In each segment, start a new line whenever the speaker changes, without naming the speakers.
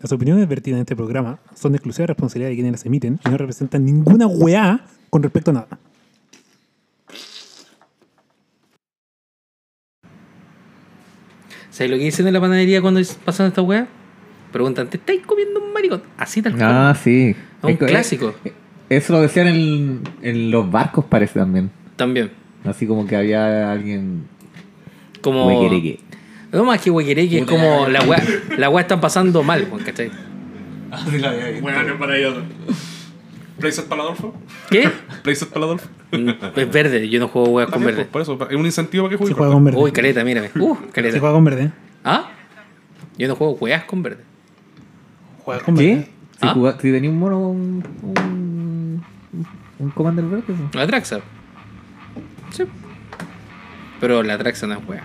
Las opiniones vertidas en este programa son de exclusiva responsabilidad de quienes las emiten y no representan ninguna weá con respecto a nada.
¿Sabes lo que dicen en la panadería cuando es- pasan esta weá? Preguntan, ¿te estáis comiendo un maricón? Así tal cual.
Ah, sí.
Es un
Es que-
clásico.
eh, Eso lo decían en, en los barcos, parece también.
También.
Así como que había alguien.
Como.
Huequereque.
No más que huequereque, es
Puta,
como
ya.
la weá, la weá están pasando mal, weón, ¿cachai?
Ah, sí, la había visto.
Bueno, es maravilloso. ¿Playset para Adolfo?
¿Qué?
¿Playset para Adolfo?
Mm, Es verde, yo no juego weas con
También,
verde.
pues, Por eso, pa- es un incentivo para que
Se
juegue.
juega con verde.
Uy, caleta, mírame. Uh,
Se
caleta.
juega con verde.
¿Ah? Yo no juego weas con verde.
Juega con verde.
¿Qué? Si,
Ah.
jugá- si tenía un mono, un. un, un Commander Verde. pues. ¿no?
La Traxa. Sí. Pero la Traxa no es wea.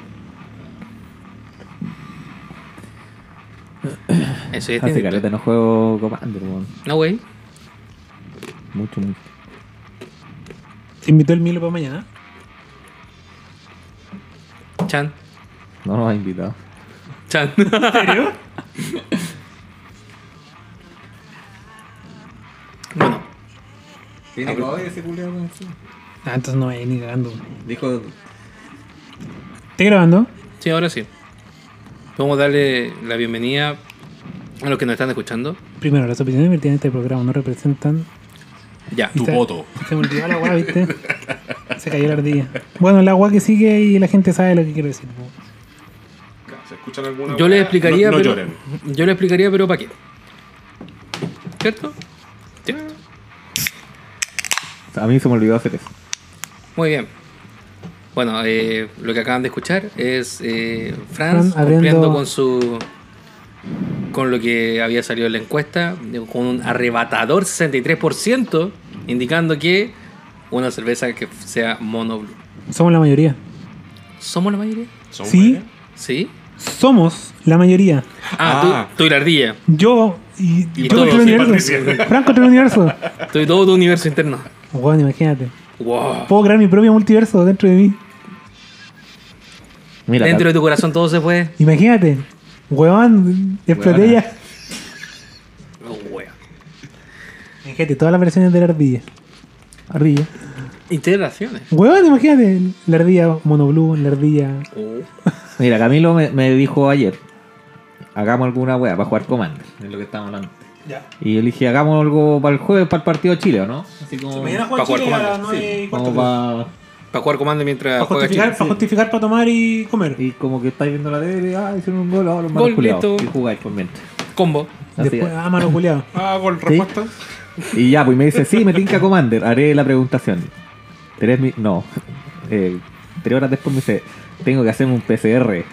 Eso ya
Hace
tiene-
caleta, no juego Commander, weón.
No, wey.
Mucho, mucho.
¿Se invitó el Milo para mañana?
Chan.
No nos ha invitado.
Chan. ¿En serio? bueno,
¿Tiene COVID ese culiado?
Ah, entonces no vaya ni cagando.
Dijo.
¿Estoy grabando?
sí, ahora sí. Vamos a darle la bienvenida a los que nos están escuchando.
Primero, las opiniones vertidas en este programa no representan...
Ya.
Tu
Se-
voto.
Se me olvidó la weá, ¿viste? Se cayó la ardilla. Bueno, la weá que sigue y la gente sabe lo que quiero decir.
¿Se escuchan alguna
Yo les
weá?
explicaría,
No, no
pero,
lloren.
yo les explicaría, pero ¿para qué? ¿Cierto? Cierto.
A mí se me olvidó hacer eso.
Muy bien. Bueno, eh, lo que acaban de escuchar es eh,
Fran
Franz cumpliendo
abriendo-
con su con lo que había salido en la encuesta, con un arrebatador 63%, indicando que una cerveza que sea mono blue.
Somos la mayoría.
¿Somos la mayoría?
Son
Sí.
weá.
¿Sí?
Somos la mayoría.
Ah,
Ah.
Tú, tú y la ardilla.
Yo y,
Y
yo
todos,
contra el
sí,
universo.
Patricia.
Franco contra el universo.
Tú y todo tu universo interno.
Bueno, imagínate.
¡Wow!
Puedo crear mi propio multiverso dentro de mí.
Mira,
Dentro de
Car-
tu corazón todo se puede.
Imagínate. Huevón, exploté
Huevona.
ya.
Oh, wea.
Imagínate, todas las versiones de la ardilla. Ardilla.
Integraciones.
Huevón, imagínate. La ardilla monoblue, la ardilla.
Oh.
mira, Camilo me, me dijo ayer: hagamos alguna wea para jugar Commander. Es lo que estábamos hablando.
Ya.
Y yo le dije: hagamos algo para el jueves, para el partido de Chile, ¿o no? Así como.
Pa' jugar Chile a las
Como para.
Para jugar comando mientras
Para
juega
justificar,
Chile.
para justificar, para tomar y comer.
Y como que estáis viendo la tele, ah, hicieron un gol, ahora los
Gol,
malos culiados.
listo.
Y jugáis por mientras.
Combo.
Así
Después,
es.
ah, mano culiado.
Ah, con respuesta.
Y ya, pues me dice, sí, me tinca Commander, haré la preguntación. Tres mi- no. Eh, tres horas después me dice, tengo que hacerme un PCR.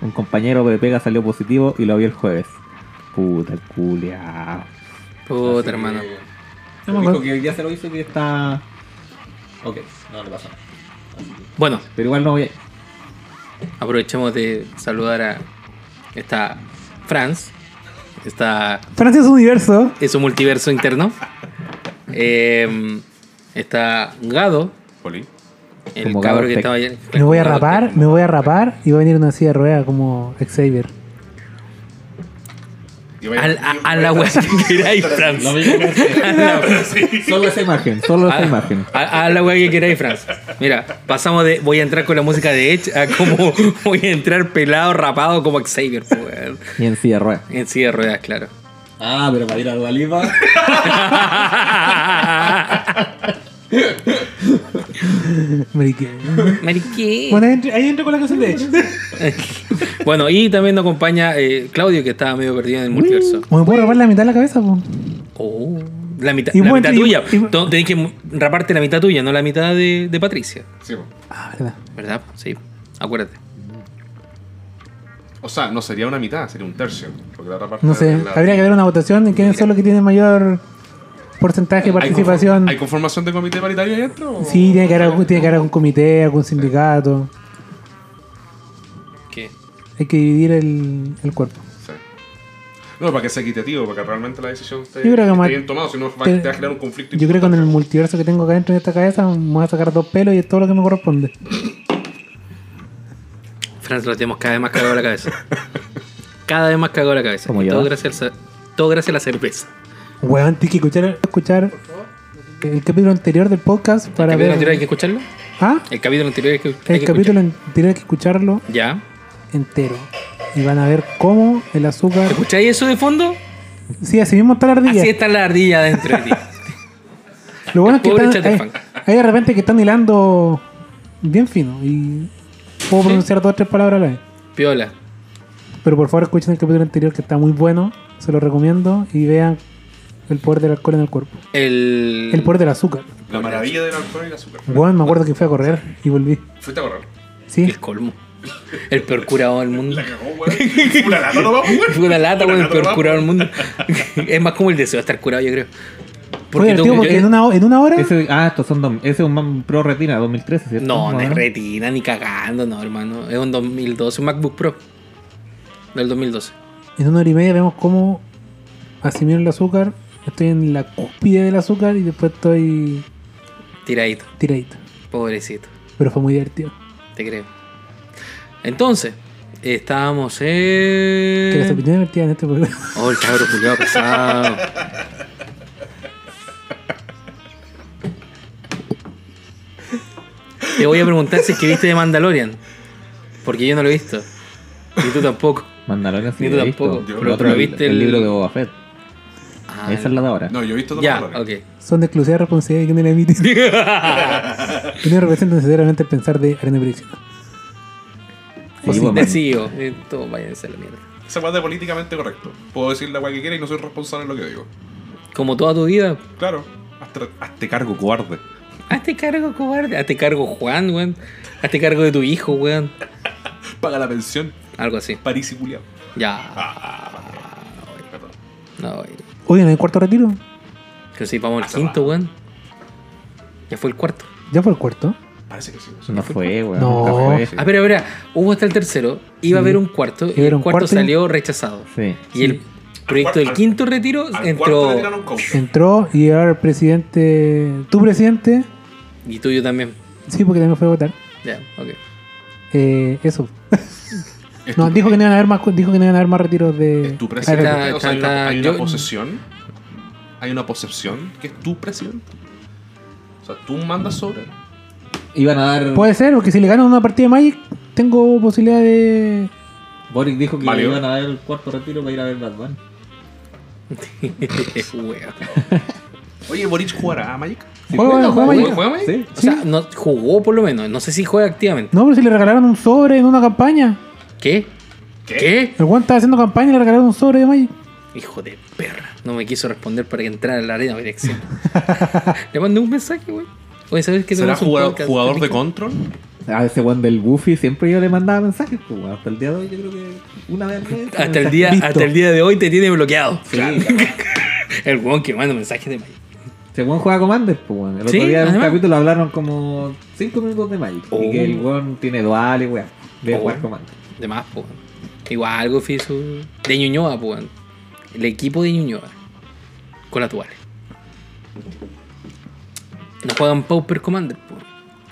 Un compañero de pega salió positivo y lo vi el jueves. Puta el culia.
Puta, hermano.
No me acuerdo.
que hoy día se lo hizo y que está. Ok, no le pasa.
Bueno,
Pero igual no voy a.
aprovechemos de saludar a esta Franz, esta
Francia es un universo.
es un multiverso interno. Eh, está Gado,
Poli.
el
Como
cabro
Gado
que
Tec.
estaba ayer.
Me voy a
Gado
rapar,
Tec.
me voy a rapar y va a venir una silla de rueda como Xavier.
Y
A,
vaya-
la- a la wea que queráis, Franz.
Solo esa imagen, solo esa
A,
imagen.
a- a Ah, la wea que queráis, Franz. Mira, pasamos de voy a entrar con la música de Edge a como voy a entrar pelado, rapado como Xavier. po, weón.
Y en silla de ruedas.
En silla de ruedas, claro.
Ah, pero para ir a Dualipa.
Marique.
Mariquí.
Bueno, ahí entro, ahí entro con la canción de Edge.
Bueno, y también nos acompaña eh, Claudio, que estaba medio perdido en el multiverso.
¿O me puedo rapar la mitad de la cabeza? po?
Oh, la mitad,
Y
la
bueno,
mitad
y-
tuya.
y-
To- Tenés que raparte la mitad tuya, no la mitad de, de Patricia.
Sí, po.
Ah, verdad.
¿Verdad? Sí, acuérdate.
o sea, no sería una mitad, sería un tercio. Porque la otra parte
No sé,
la-
habría que haber una votación de quiénes son los que tienen mayor porcentaje de
¿Hay conform-
participación.
¿Hay conformación de comité paritario ahí adentro? o-
Sí, tiene que haber algún, tiene que haber algún comité, algún sindicato.
¿Qué?
Hay que dividir el, el cuerpo.
Sí. No, para que sea equitativo, para que realmente la decisión esté,
Yo creo que
esté
más-
bien tomada, si no va
te-
te va a generar un conflicto.
Yo creo que con el
importante.
multiverso que tengo acá dentro de esta cabeza me voy a sacar dos pelos y es todo lo que me corresponde.
Franz, lo tenemos cada vez más cagado a la cabeza. cada vez más cagado de la cabeza.
Como
Y
yo.
todo gracias, al, sa- todo gracias a la cerveza.
Weón, tienes que escuchar, escuchar el capítulo anterior del podcast
¿El
para
capítulo
ver.
anterior hay que escucharlo?
Ah,
El capítulo anterior hay que, hay
el
que
capítulo anterior hay que escucharlo
escucharlo. Ya.
entero. Y van a ver cómo el azúcar.
¿Escucháis eso de fondo?
Sí, así mismo está la ardilla.
Así está la ardilla dentro de ti.
Lo bueno es que
Pobre
están, hay,
Chatterfang.
hay de repente que están hilando bien fino y puedo
Sí.
pronunciar dos o tres palabras a la vez.
Piola.
Pero por favor escuchen el capítulo anterior que está muy bueno, se lo recomiendo y vean el poder del alcohol en el cuerpo.
El,
El poder del azúcar.
La maravilla del alcohol y el azúcar.
Bueno, me acuerdo que fui a correr y volví.
Fuiste a correr.
Sí,
el colmo. El peor curador del mundo.
La cagó, weón. Una lata nomás,
Es
weón.
una lata, weón, el peor
nomás.
curado del mundo. es más como el deseo de estar curado, yo creo.
fue divertido
tú-
porque
yo-
en una, ho- en una hora
Ese, ah, estos son. dos- Ese es un man Pro Retina 2013, ¿cierto?
No, no
Más o
es
menos.
retina ni cagando, no, hermano. Es un 2012, un MacBook Pro. Del 2012.
en una hora y media vemos cómo asimilo el azúcar. Estoy en la cúspide del azúcar y después estoy
Tiradito.
tiradito.
Pobrecito.
Pero fue muy divertido.
Te creo. Entonces, estábamos en.
Que las opiniones vertidas en este programa.
Oh, el cabro culiao pesado. Te voy a preguntar si es que viste de Mandalorian. Porque yo no lo he visto. Y tú tampoco.
Mandalorian sí
Ni
lo
tú
he visto.
tampoco.
Yo
Pero
no,
otro
pero
el,
viste
el
el-
libro de Boba Fett.
Ah,
Esa es la de ahora.
No, yo he visto dos
ya,
colores.
ok.
Son de exclusiva responsabilidad de quienes la emiten. y no representan necesariamente el pensar de Arena Proyección.
Sí,
Pues
bueno, man.
indeciso. Eh, Todo váyanse a la mierda.
Esa weá de políticamente correcto. Puedo decir la weá que quiera y no soy responsable de lo que digo.
Como toda tu vida.
Claro. Hazte, hazte cargo, cobarde.
Hazte cargo, cobarde. Hazte cargo, Juan, weón. Hazte cargo de tu hijo, weón.
Paga la pensión.
Algo así.
París y culiao.
Ya.
Perdón.
No, eh.
Oye, en el cuarto retiro.
Pero sí, vamos al quinto, weón. Ya fue el cuarto.
Ya fue el cuarto.
Parece que sí. no sé.
No fue, weón.
No.
Nunca
Ah, pero, espera, hubo hasta el tercero, iba a haber un cuarto, y
haber
el
un
cuarto,
cuarto y-
salió rechazado.
fue. Sí.
Y el proyecto del
Al-
quinto retiro
Al cuarto le
entró.
tiraron contra.
Entró y ahora el presidente. Tu presidente.
Y tuyo también.
Sí, porque también fue a votar.
Ya, ok.
Eh, eso. no, dijo que no iban a haber más, dijo que no iban a haber más retiros de.
Es tu
Ah,
presidente.
Está-
O sea, hay
está-
una, hay
yo-
una posesión. Hay una posesión que es tu presidente. O sea, tú mandas sobre. él.
Iban a dar.
Puede ser, porque si le ganan una partida de Magic, tengo posibilidad de.
Boric dijo que
Valió.
iban a dar el cuarto retiro para ir a ver Bad Bunny.
Weón.
Oye, Boric jugará a Magic.
Sí,
Juega,
juega,
juega Magic.
juega,
¿Ah,
¿Juega Magic?
Sí.
O sea, no, jugó por lo menos. No sé si juega activamente.
No, pero si le regalaron un sobre en una campaña.
¿Qué?
¿Qué?
¿Qué?
El Juan estaba haciendo campaña y le regalaron un sobre de Magic.
Hijo de perra. No me quiso responder para que entrara a la arena dirección. Le mandé un mensaje, weón. Oye, ¿sabes qué?
¿Será
tenemos un
jugador,
podcast?
jugador de control?
A ese weón del Buffy siempre yo le mandaba mensajes, pues, weón. Hasta el día de hoy yo creo que una vez al mes.
Hasta el,
mensaje.
día,
Listo.
hasta el día de hoy te tiene bloqueado.
Sí.
El weón que manda mensajes de Magic.
Ese weón juega Commander, pues, weón. El
Sí,
otro día en un
además.
capítulo hablaron como 5 minutos de Magic.
Oh.
Y que el weón tiene dual y weón. Debe
Oh.
jugar Commander.
De más, po. weón. Igual Goofy su... De Ñuñoa, po. weón. El equipo de Ñuñoa. Con la toalla. No juegan Pauper Commander, po.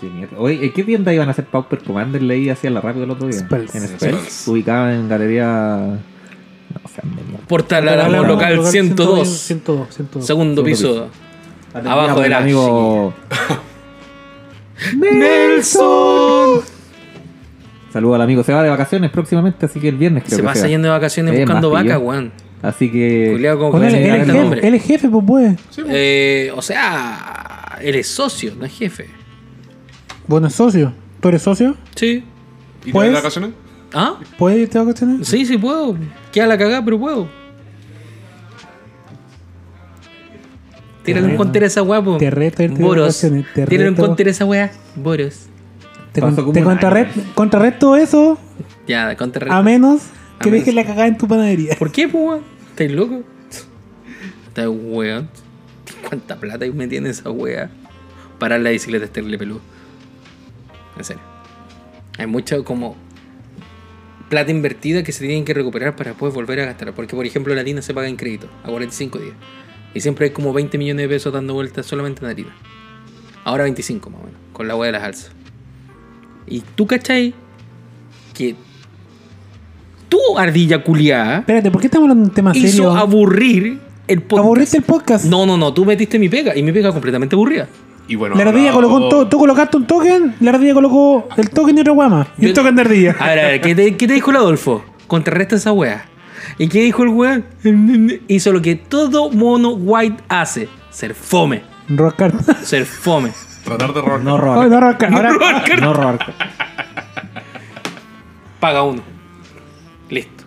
Qué mierda. Oye, ¿en qué tienda iban a hacer Pauper Commander? Leí así a la rápido el otro día.
Spells.
En Spells.
Spells.
Ubicada en galería. No sé, dónde mierda.
Portal Álamo,
Regalaron
local
un
102.
102, 102.
Segundo
Segundo
piso.
Atendida
Abajo
por
de
el
la
amigo.
¡Nelson!
Saludos al amigo. Se va de vacaciones próximamente, así que el viernes creo
Se
que
pasa
va.
yendo de vacaciones
Eh,
buscando
más
vaca,
pillo.
weón.
Así que.
Culeado como
Con él,
Pues,
él, es
regálale
jefe,
nombre.
él es jefe, pues puede.
Eh, o sea, él es socio, no es jefe.
Bueno, es socio. ¿Tú eres socio?
Sí.
¿Y te
Pues-
vas de vacaciones?
¿Ah?
¿Puedes irte a vacaciones?
Sí, sí puedo. Queda la cagada, pero puedo. Tírale un
reto.
counter a esa weá, po.
Te reto a irte de
Boros.
vacaciones, te
Tírale un
reto.
counter a esa weá. Boros.
Te,
Pasó
con-
como
te
un
contrarre- contrarresto eso
Ya, counter.
a menos que
menos.
dejes la cagada en tu panadería.
¿Por qué, po, weón? ¿Estáis loco? Estás weón. ¿Cuánta plata me tiene esa weá? Parar la bicicleta este peludo. En serio. Hay mucho como plata invertida que se tienen que recuperar para poder volver a gastar. Porque, por ejemplo, la harina se paga en crédito a 45 días. Y siempre hay como 20 millones de pesos dando vueltas solamente en harina. Ahora 25 más o menos, con la hueá de las alzas. Y tú cachai que tú, ardilla culiada,
Espérate, ¿por qué estamos hablando de un tema
hizo
serio?
aburrir el podcast.
¿Aburriste el podcast?
No, no, no, tú metiste mi pega y mi pega completamente aburrida.
Y bueno,
La ardilla
ahora-
colocó un token. Tú colocaste un token, la ardilla colocó el token de Reguama. Y
Yo-
un token de ardilla.
A ver, a ver, ¿qué te, qué te dijo el Adolfo? Contrarresta esa wea. ¿Y qué dijo el weón? Hizo lo que todo mono white hace: ser fome.
Roscar.
Ser fome.
Tratar de robar.
No
Ay,
robar.
no, Roscar. Ahora,
No robar.
Paga uno. Listo.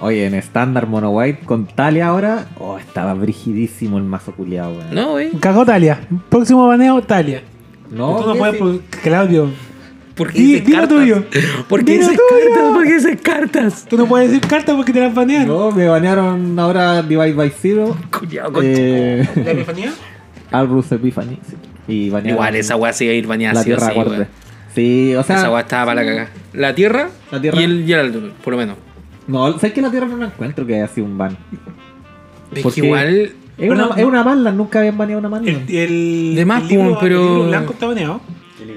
Oye, en estándar mono white con Talia ahora. Oh, estaba brigidísimo el mazo culiado, weón.
No, wey.
cagó Talia. Próximo baneo, Talia.
No,
Tú no
que
puedes pues,
sí.
pro- Claudio,
¿Por qué
Di-
dices
dilo
cartas?
tuyo.
¿Por qué
Dilo
dices
tuyo.
cartas? ¿Por qué dices cartas?
tú no puedes decir cartas porque te las banean.
No, me banearon ahora Divide by Zero.
Culiao, con-
Eh,
¿La
Mm.
epifanía?
Alrus Epiphany. sí. Y banearon
Igual, esa weá se iba a ir bañada
la
sí o
tierra
sí,
guarda.
weón.
Sí, o sea.
Esa weá estaba para la cagada. La tierra,
La tierra.
y el, y el Aldun, por lo menos.
No, sé que la tierra no la encuentro que haya sido un ban.
Es
¿Por
que
qué?
igual.
Es
Pero
una,
no-
es una mala, nunca habían baneado una mala.
El, el,
De más,
el libro,
pum, pero-
el libro blanco está baneado.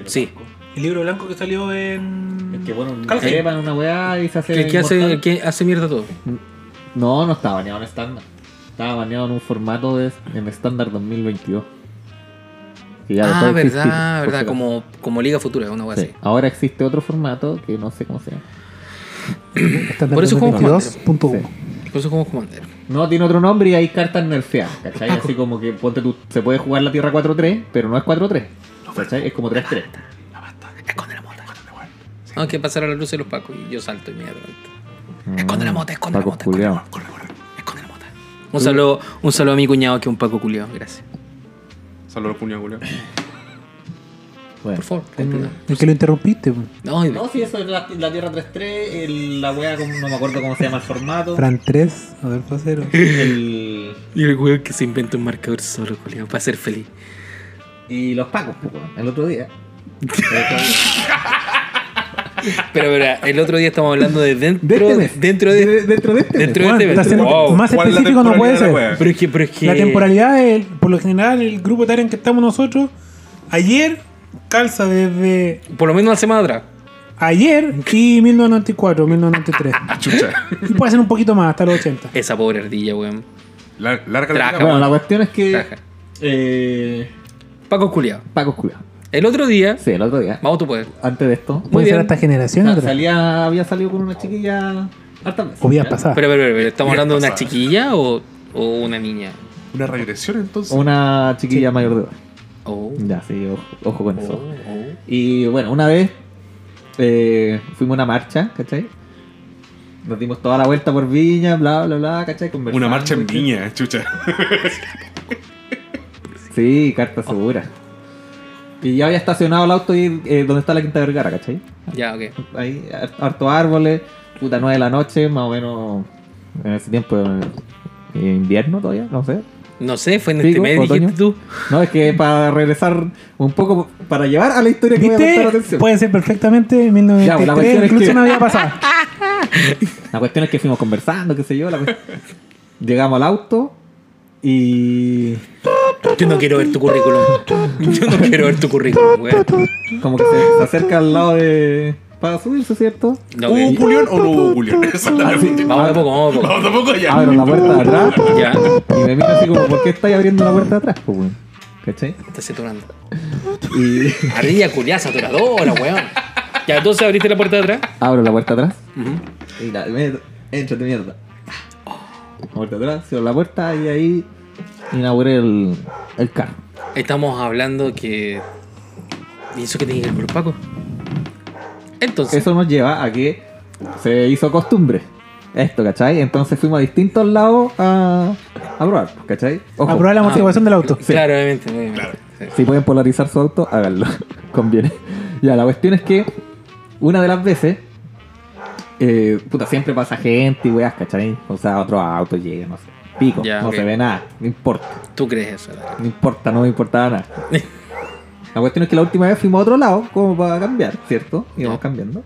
Sí.
El libro blanco que salió en.
Es que bueno, un
Calgate.
crepan una weá y se hace.
El que hace, el
inmortal.
que hace mierda todo.
No, no estaba baneado en estándar. Estaba baneado en un formato de, en estándar 2022. Que ya dejó
ah,
de
verdad,
existir, por si
verdad.
acaso.
Como, como Liga Futura, una weá
Sí.
así.
Ahora existe otro formato que no sé cómo se llama.
Estándar
Por eso jugamos
22.1.
Por eso como Commander.
No, tiene otro nombre y hay cartas nerfeadas,
Ah,
¿cachai? Así como que ponte tú, se puede jugar la tierra 4-3, pero no es 4-3, ¿cachai? Es como 3-3.
Esconde la mota. No, que pasaron las luces de los pacos y yo salto inmediatamente. Esconde la mota, esconde la
Mm. Paco
mota. Esconde la
culiao.
mota, esconde la mota. Un saludo, un saludo a mi cuñado que es un Paco culiado, gracias.
Saludos, puño, culiao.
Bueno.
Por favor, continúa.
El que lo interrumpiste, pues. po.
No, y-
No, sí, eso es la, la tierra 3-3, el- la wea, con- no me acuerdo cómo se llama el formato.
Fran 3, Adolfo 0.
El,
y el weón que se inventa un marcador solo, culiado, para ser feliz.
y los pacos, pues, weón, el otro día. este
Pero, pero el otro día estamos hablando de
De
dentro,
este mes.
dentro de.
De- dentro de este
dentro
mes.
de
Está
este evento.
siendo
Wow.
más
¿Cuál es la
específico no
temporalidad
puede
de la
ser.
wea?
Pero es que, pero es que.
La temporalidad, el- por lo general, el grupo etario en que estamos nosotros, ayer calza desde
Por lo menos una semana atrás.
ayer y 1994, 1993.
Ah, chucha.
Y puede ser un poquito más, hasta los 80.
Esa pobre ardilla, weón.
La- Larga la
Traca,
tira,
Bueno, la cuestión es que.
Ajá.
Eh,
Paco culiado.
Paco culiao.
El otro día.
Sí, el otro día.
Vamos a tu poder.
Antes de esto.
Muy
Puede ser
bien. Ah,
hasta generación
sa-
atrás.
salía, había salido con una chiquilla hartas veces.
O vidas
¿ya?
pasadas.
Pero, pero, pero, pero, ¿estamos
Bien
hablando de una
pasada.
chiquilla o, o una niña?
Una regresión entonces.
Una chiquilla mayor de edad.
Oh.
Ya, sí, ojo, ojo con
oh,
eso.
oh.
Y bueno, una vez eh, fuimos a una marcha, ¿cachai? Nos dimos toda la vuelta por Viña, bla, bla, bla, ¿cachai? Conversando,
Una marcha en
¿cachai?
viña, chucha.
Sí, carta segura. Y ya había estacionado el auto ahí, eh, donde está la Quinta Vergara, ¿cachai?
Ya, ok.
Ahí, har- harto árboles, puta 9 de la noche, más o menos en ese tiempo eh, invierno todavía, no sé.
No sé, fue en
Pico,
este mes, dijiste
otoño.
tú.
No, es que para regresar un poco, para llevar a la historia que voy a prestar
¿Viste?
atención.
Puede ser perfectamente
Ya, pues, la
1993,
cuestión es
incluso
que-
una vida pasada.
La cuestión es que fuimos conversando, qué sé yo. la cuest- Llegamos al auto y
Yo no quiero ver tu currículum. Yo no quiero ver tu currículum, weón.
como que se, se acerca al lado de... Para subirse, ¿cierto?
No,
¿Hubo
Uh,
ok.
Julián o no hubo Julián? Esa es la pregunta.
Vamos de poco, vamos de poco.
No, tampoco ya.
Abro la puerta de atrás
Ya,
y me mira así como, ¿por qué estáis abriendo la puerta de atrás? Pues, weón? ¿Cachai?
está saturando.
Y
Ardilla culiada saturadora, weón. Ya, entonces abriste la puerta de atrás.
abro la puerta de atrás y la meto, échate mierda. La puerta de atrás, cierro la puerta y ahí inauguré el, el carro.
Estamos hablando que. ¿Y eso que tiene que ver con los pacos? Entonces,
Eso nos lleva a que se hizo costumbre esto, ¿cachai? Entonces fuimos a distintos lados a, a probar, pues, ¿cachai? Ojo,
Aprobar la amortiguación del auto.
claro, obviamente. obviamente. Sí.
si pueden polarizar su auto, háganlo, conviene. Ya, la cuestión es que una de las veces, eh, puta, siempre pasa gente y weas, ¿cachai? O sea, otro auto llega, no sé, pico,
Ya,
no
ok.
se ve nada, no importa.
Tú crees eso, ¿verdad?
No importa, no me importaba nada. La cuestión es que la última vez fuimos a otro lado, como para cambiar, ¿cierto? Íbamos
Ya.
cambiando.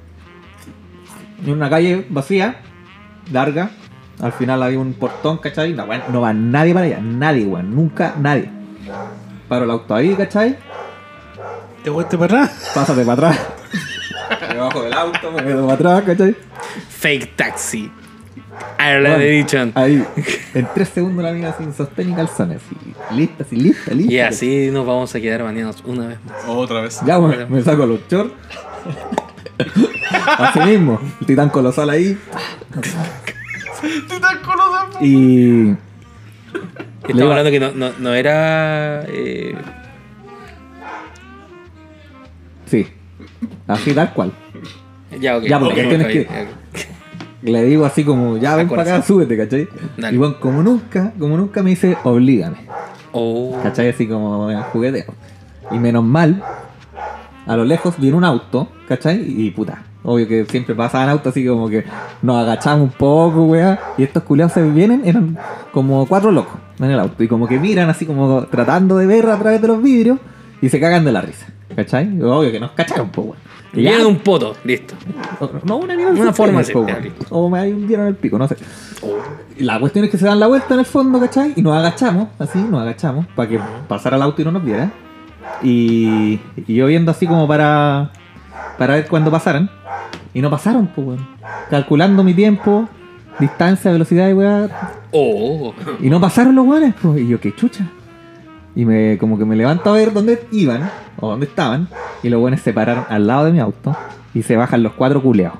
En una calle vacía, larga. Al final había un portón, ¿cachai? La weá, no va nadie para allá, nadie, weón, nunca nadie. Paro el auto ahí, ¿cachai?
¿Te fuiste para atrás?
Pásate para atrás. Me bajo del auto, me quedo para atrás, ¿cachai?
Fake Taxi. Ireland
Bueno, ah,
Edition.
Ahí, en tres segundos la mina sin sostén y calzones. Y lista, sí, lista, lista.
Y así nos vamos a quedar baneados una vez más.
Otra vez.
Ya me, me saco los shorts. Así mismo, el titán colosal ahí.
Titán colosal.
Y.
Y Estamos hablando que no, no, no era. eh,
Sí. Así tal cual.
Ya, ok.
Ya, porque
Ok,
tienes
ok,
que-
ok.
Le digo así como, ya ven para acá, súbete, ¿cachai?
Dale.
Y bueno, como nunca, como nunca me dice, oblígame.
Oh.
¿Cachai? Así como eh, jugueteo. Y menos mal, a lo lejos viene un auto, ¿cachai? Y puta, obvio que siempre pasaban autos así como que nos agachamos un poco, weá. Y estos culiados se vienen, eran como cuatro locos en el auto. Y como que miran así como tratando de ver a través de los vidrios y se cagan de la risa, ¿cachai? Obvio que nos cacharon, po, weá. Y ya,
Viene un poto, listo.
no, una ni en el
Una
sostén,
forma
po,
de-
weá. O me hay un dieron el pico, no sé. Y La cuestión es que se dan la vuelta en el fondo, ¿cachai? Y nos agachamos, así, nos agachamos, para que pasara el auto y no nos viera. Y, y yo viendo así como para, para ver cuándo pasaran. Y no pasaron, pues, weón. Calculando mi tiempo, distancia, velocidad y weá.
Oh.
Y no pasaron los weones, pues. Y yo, qué chucha. Y me, como que me levanto a ver dónde iban, o dónde estaban. Y los weones se pararon al lado de mi auto. Y se bajan los cuatro culeados.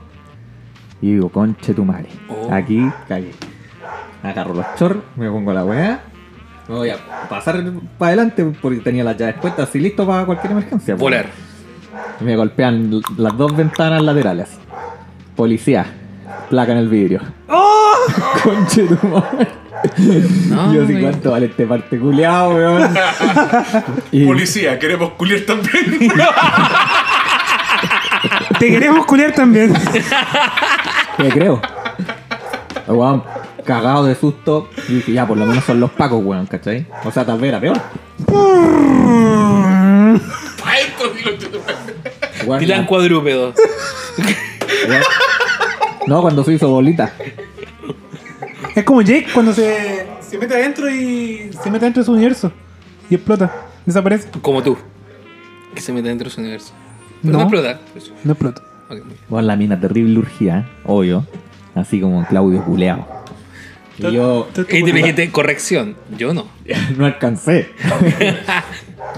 Y digo, conche tu madre.
Oh.
Aquí cagué. Agarro los chorros, me pongo la weá. Me voy a pasar para adelante porque tenía las llaves puestas así listo para cualquier emergencia. pues.
Volar.
Y me golpean l- las dos ventanas laterales. Policía, placa en el vidrio. Conche tu madre.
No,
Yo sí,
me-
cuánto vale este parte culiao, weón. Y-
Policía, queremos culiar también.
Te queremos culiar también.
Te creo. Weón, cagado de susto. Y dije, ya, por lo menos son los pacos, weón, ¿cachai? O sea, tal vez era peor.
Pa' esto, dilo tú.
Weón,
Titán cuadrúpedo.
weón. No, cuando se hizo bolita.
Es como Jake cuando se, se mete adentro y se mete adentro de su universo y explota. Desaparece.
Como tú. Que se mete dentro de su universo. Pero no,
No.
explota. Pues,
No explota.
ok, muy bien.
Bueno, la mina terrible urgía, ¿eh? obvio. Así como Claudio Culeado. Y yo
Y te dijiste, corrección. Yo no.
no alcancé.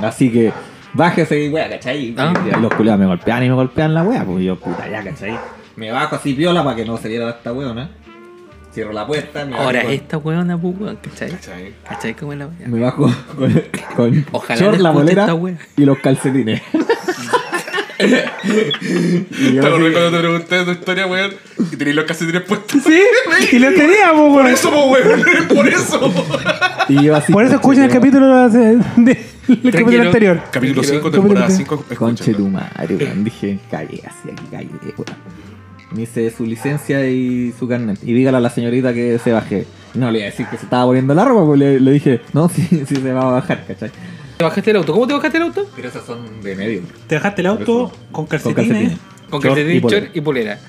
Así que bájese y wea, ¿cachai?
Ah.
Y Los culeados me golpean y me golpean la wea. Pues yo, puta, ya, ¿cachai? Me bajo así viola para que no se viera esta weona. Cierro la puerta. Me
Ahora,
bajo,
esta weona, pues, weón, ¿cachai?
¿Cachai?
¿Cachai cómo es la weona?
Me bajo con, con
Ojalá
short,
no
la
escuche
bolera
esta wea.
y los calcetines. y
¿Te
yo
acordás
así-
cuando te pregunté de tu historia, weón? Que tenéis los calcetines puestos.
Sí, y lo teníamos,
Por
weón.
eso, po, weón. Por eso.
y yo así,
Por eso escuchen el
conche,
capítulo, de- de- el capítulo
Tranquilo.
anterior.
Capítulo
Quiero-
5, temporada
capítulo-
5.
Conche tu madre, weón. Dije, cagué así, aquí cagué, weón. Me hice su licencia y su carnet. Y dígale a la señorita que se baje. No le iba a decir que se estaba poniendo la ropa, pues le, le dije, no, sí, sí se va a bajar, ¿cachai?
¿Te bajaste el auto? ¿Cómo te bajaste el auto?
Pero esas son de medio.
Te dejaste el auto con
Con
calcetines,
calcetines.
Con
Short
calcetín,
y polera.
short y polera.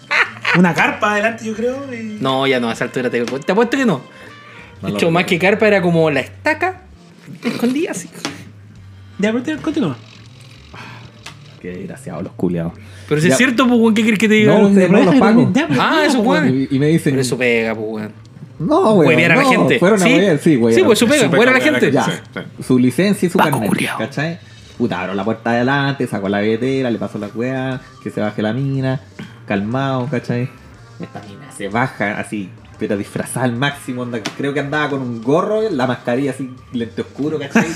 una carpa adelante, yo creo. y-
No, ya no, a esa altura te, te apuesto que no.
No
De
lo
hecho,
creo.
más que carpa era como la estaca escondida así.
Ya, pero te- continúa.
Qué desgraciados los culiados.
Pero si es
Ya.
cierto, pues, weón, ¿qué crees que te diga?
No,
Pero
ustedes
lo
no los
dejas
pago.
también, ya, pues. pero
Ah,
no,
eso,
weón.
weón.
Y, y me dicen,
Pero eso pega, pues, weón.
no, weón.
Huevear a la
no,
gente.
Fueron a
Sí.
huevear, sí, weón.
Sí, pues, eso pega,
Eso pega,
huevear a la
huevear a
gente.
la gente.
Ya,
Sí, sí.
su licencia y su
Paco
carnet,
culiao.
¿cachai? Puta, abro la puerta de adelante, saco la billetera, le paso la weá, que se baje la mina, calmado, ¿cachai? Esta mina se baja así, pero disfrazada al máximo, onda, creo que andaba con un gorro, la mascarilla así, lente oscuro, ¿cachai?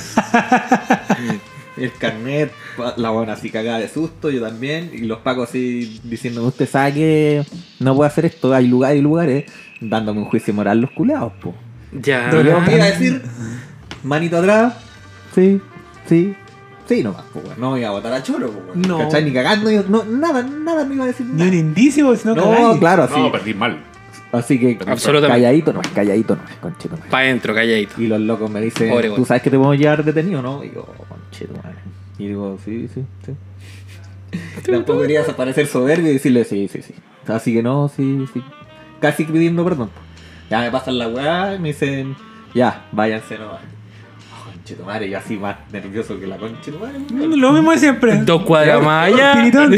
El carnet, la buena así cagada de susto, yo también, y los pacos así diciéndome, usted sabe que no puede hacer esto, hay lugares y lugares, dándome un juicio moral los culeados, po.
Ya.
Pero yo me iba a decir, manito atrás, sí, sí, sí nomás, pues, weón. no me iba a botar a choro, pues, weón.
No.
¿cachai? Ni cagando, yo- no, nada, nada me iba a decir.
Ni
Nada.
un indicio,
pues,
sino
No,
que nadie.
claro, así,
No, perdí mal.
así que
Absolutamente.
calladito no es, calladito no es, conchito no es.
Pa' adentro, calladito.
Y los locos me dicen,
Pobre,
¿tú
weón.
sabes que te podemos llevar detenido, no? Y digo, "Oh, conchito, madre. Y digo, sí, sí, sí. Tampoco quería parecer soberbio y decirle, sí, sí, sí. Así que no, sí, sí. Casi pidiendo perdón. Ya me pasan la weá y me dicen, ya, váyanse nomás. Oh, conchetumare, yo así más nervioso que la conchetumare. weón.
Lo mismo de siempre.
Dos cuadras más allá.
Tiritón.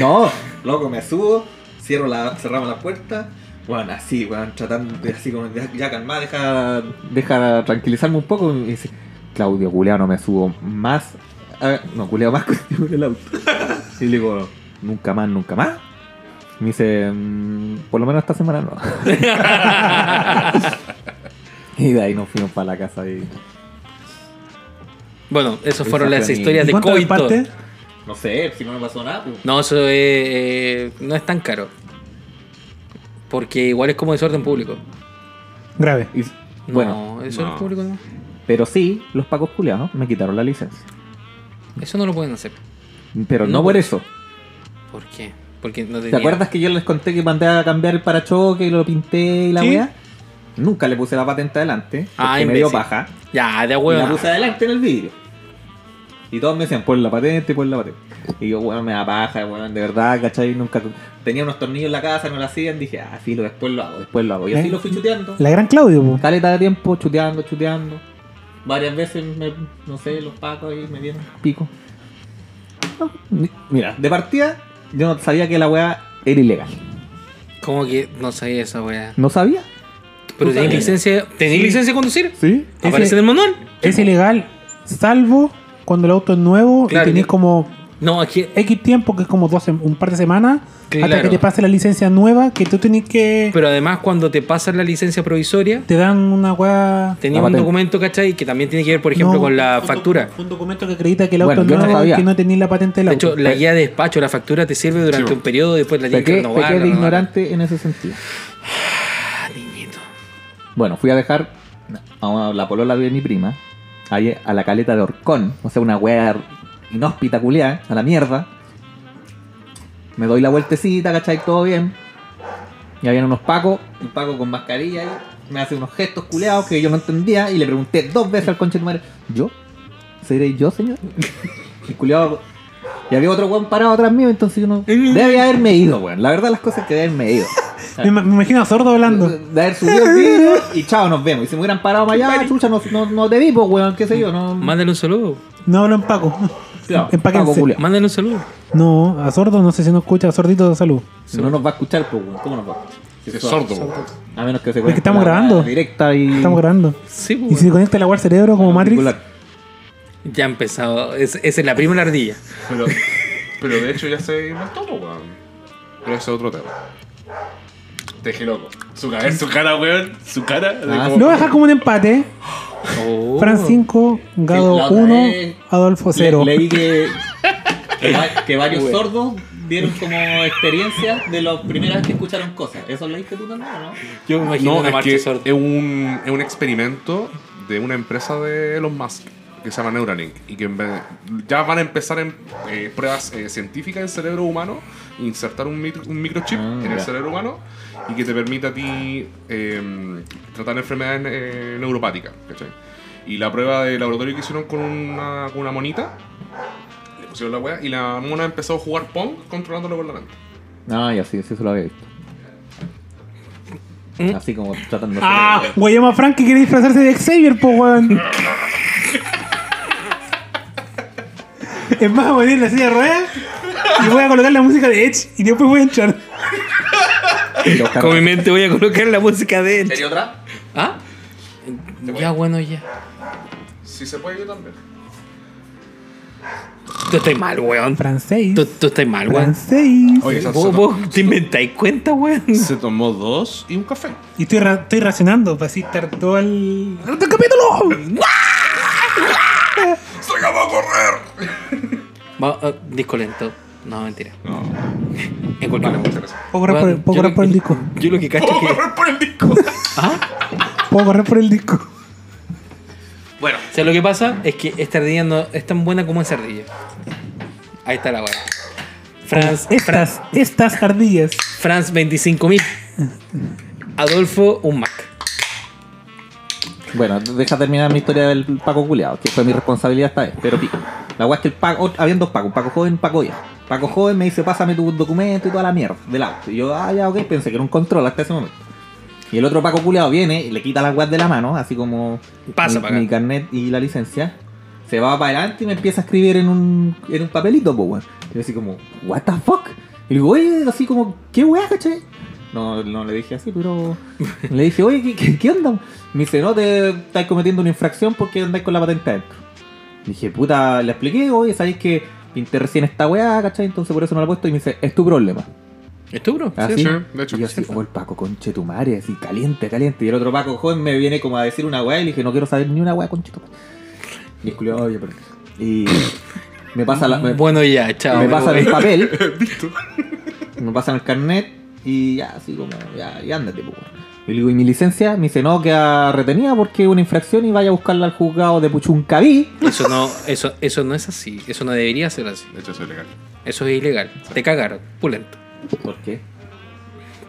No, loco, me subo. cierro la, cerramos la puerta. Bueno, así, weón, tratando de así como ya, ya calmar, deja, deja tranquilizarme un poco. Y dice, Claudio, culeado, no me subo más. A ver, no, culeado más contigo en el auto. Y le digo, nunca más, nunca más. Me dice, "Mm, por lo menos esta semana no. y de ahí nos fuimos para la casa. Y,
Bueno, esas fueron las
Exacto, y-
historias de
¿Cuánto
coito.
parte?
no sé, si no me pasó nada. pues.
No, eso es, eh, no es tan caro. Porque igual es como desorden público.
Grave.
Y-
No,
bueno,
desorden
no.
público no.
pero sí, los pacos culeados me quitaron la licencia.
Eso no lo pueden hacer.
Pero no,
No,
por
por-
eso.
¿Por qué? Porque no
¿Te
tenía-
acuerdas que yo les conté que mandé a cambiar el parachoque y lo pinté y la
Sí.
weá? Nunca le puse la patente adelante.
Ah,
porque me
imbécil.
dio paja.
Ya, de
y
huevo.
la puse adelante en el vidrio. Y todos me decían, pon la patente, pon la patente. Y yo, weón, me da paja, weón, de verdad, ¿cachai? Nunca tenía unos tornillos en la casa, no lo hacían. Dije, ah, filo, después lo hago, después lo hago. Y así
¿Eh?
lo fui chuteando.
La gran Claudio, po.
Caleta de tiempo, chuteando, chuteando. Varias veces, me- no sé, los pacos ahí me dieron pico. No, ni- Mira, de partida, yo no sabía que la weá era ilegal.
¿Cómo que no sabía esa weá?
¿No sabía?
Pero tenés
sabías.
licencia. ¿Tenés
Sí.
licencia de conducir?
Sí.
¿Aparece en el manual?
Es ilegal, salvo cuando el auto es nuevo
Claro,
y tenés
ya.
como
No, aquí. eh,
X tiempo, que es como dos, sem- un par de semanas, hasta
Claro.
que te pase la licencia nueva, que tú tenés que...
Pero además, cuando te pasas la licencia provisoria,
te dan una weá...
tenía
La
un
patente.
documento, ¿cachai? Que también tiene que ver, por ejemplo,
No,
con la
un docu-
factura.
Un documento que acredita que el auto
Bueno,
es
yo no
nuevo y
sabía.
que no tenés la patente del
De
auto.
hecho, la guía de despacho, la factura te sirve durante
Sí.
un periodo, después la tienes que
Pequé,
renovar.
pequé de
renovar.
ignorante en ese sentido.
Ah, niñito.
Bueno, fui a dejar a la polola de mi prima ahí a la caleta de Orcón, o sea, una wea inhóspita culiá, a la mierda. Me doy la vueltecita, ¿cachai? Todo bien. Y habían unos pacos, un paco con mascarilla ahí, me hace unos gestos culeados que yo no entendía y le pregunté dos veces al conche de tu madre, ¿yo? ¿Seré yo, señor? Y culiado. Y había otro weón parado atrás mío, entonces yo no. Debe haberme ido, weón. La verdad, las cosas que debe haberme ido.
Me, ima- me imagino a sordo hablando.
De haber subido el vídeo y chao, nos vemos. Y si me hubieran parado para allá, chucha, no, no, no te vi, pues, weón, qué sé yo. No,
Mándale un saludo.
No hablo en Paco.
Claro,
empáquense.
Paco culiao.
Mándale un saludo.
No, a sordo no sé si no escucha, a sordito salud.
No nos va a escuchar, pues, weón. ¿Cómo nos va a escuchar?
Es sordo. weón.
A menos que se
que estamos
la
grabando.
weá Directa y.
Estamos grabando.
Sí, pues,
Y si se conecta el agua al cerebro como Matrix,
particular.
Ya ha empezado. Es- Esa es la primera ardilla.
Pero, pero de hecho ya se mató, po, weón. Pero ese es otro tema. Te dejé loco. Su, a ver, su cara, weón. Su cara. de
Ah,
como-
lo voy a dejar como un empate.
Oh.
Fran 5,
la
Gado
otra
1,
vez-
Adolfo 0.
Le- leí que, que, va- que varios sordos dieron como experiencia de las primeras vez que escucharon cosas. ¿Eso leíste tú también o no?
Yo me imagino
No,
una
es
marcha
que es
sorda.
un, es un experimento de una empresa de Elon Musk que se llama Neuralink y que en vez- ya van a empezar en eh, pruebas eh, científicas en cerebro humano, insertar un, micro- un microchip
Ah,
en
ya.
el cerebro humano y que te permita a ti eh, tratar enfermedades eh, neuropáticas. ¿cachai? Y la prueba de laboratorio que hicieron con una, con una monita, le pusieron la wea y la mona empezó a jugar Pong controlándolo con la mente.
No, ya sí, sí, eso lo había visto.
¿Mm?
Así como tratando de.
Ah, güey, llama a Frank que quiere disfrazarse de Xavier, po, weón. Es más, voy a ir en la silla de ruedas y voy a colocar la música de Edge y después voy a entrar.
Pero ojalá-
Con mi mente voy a colocar la música de él.
¿Sería otra?
¿Ah? Ya, bueno, ya.
Si se puede, yo también.
Tú estás mal, weón.
Francés.
Tú, tú estás mal, weón.
Francés.
Oye, esa
¿Vos,
se-
vos te inventáis cuenta, weón.
se tomó dos y un café.
Y estoy, ra- estoy racionando para así estar todo el. ¡Harto el capítulo!
¡Se acabó a correr!
Va- ah, disco lento. No, mentira.
No,
En cualquier
me
momento.
interesa.
Puedo correr, por, el-
Weón,
puedo
yo
correr
lo-
por el disco.
Yo lo que cacho es que.
por el disco!
¿Ah?
Puedo correr por el disco.
Bueno. O sea, lo que pasa es que esta ardilla no es tan buena como esa ardilla. Ahí está la weón. Franz, Franz,
Estas, estas ardillas.
Franz 25.000. Adolfo, un Mac.
Bueno, deja terminar mi historia del Paco culeado, que fue mi responsabilidad esta vez, pero pico. La weá es que el Paco, ot- habían dos Pacos, un Paco joven, un Paco viejo. Paco joven me dice, pásame tu documento y toda la mierda del auto. Y yo, ah, ya, ok, pensé que era un control hasta ese momento. Y el otro Paco culeado viene y le quita la weá de la mano, así como
Pasa
mi,
para acá.
mi carnet y la licencia. Se va para adelante y me empieza a escribir en un, en un papelito, pues, weón. Yo así como, what the fuck? Y Y le digo, oye, así como, ¿qué weá, caché? No, no le dije así, pero le dije, oye, ¿qué, qué, qué onda? Me dice, no, te estás cometiendo una infracción porque andáis con la patente adentro. Le dije, puta, le expliqué, oye, sabéis que pinté recién esta weá, caché, entonces por eso no la he puesto. Y me dice, es tu problema.
¿Es tú,
Ah,
bro?
Así.
sí, de hecho.
Y yo así, oh, el Paco, conche tu madre, así, caliente, caliente. Y el otro Paco, joven, me viene como a decir una weá y le dije, no quiero saber ni una weá, conche tu madre. Y el culiao, oye, pero... Y me pasa la... me-
Bueno, ya, chao.
me pasan el
voy.
papel. Me pasan el carnet y ya, así como, ya, y ándate, pues. Y le digo, ¿y mi licencia? Me dice, no, queda retenida porque es una infracción y vaya a buscarla al juzgado de Puchuncaví.
Eso no, eso, eso no es así. Eso no debería ser así.
De hecho, soy legal.
Eso es ilegal. Te cagaron, pulento.
¿Por qué?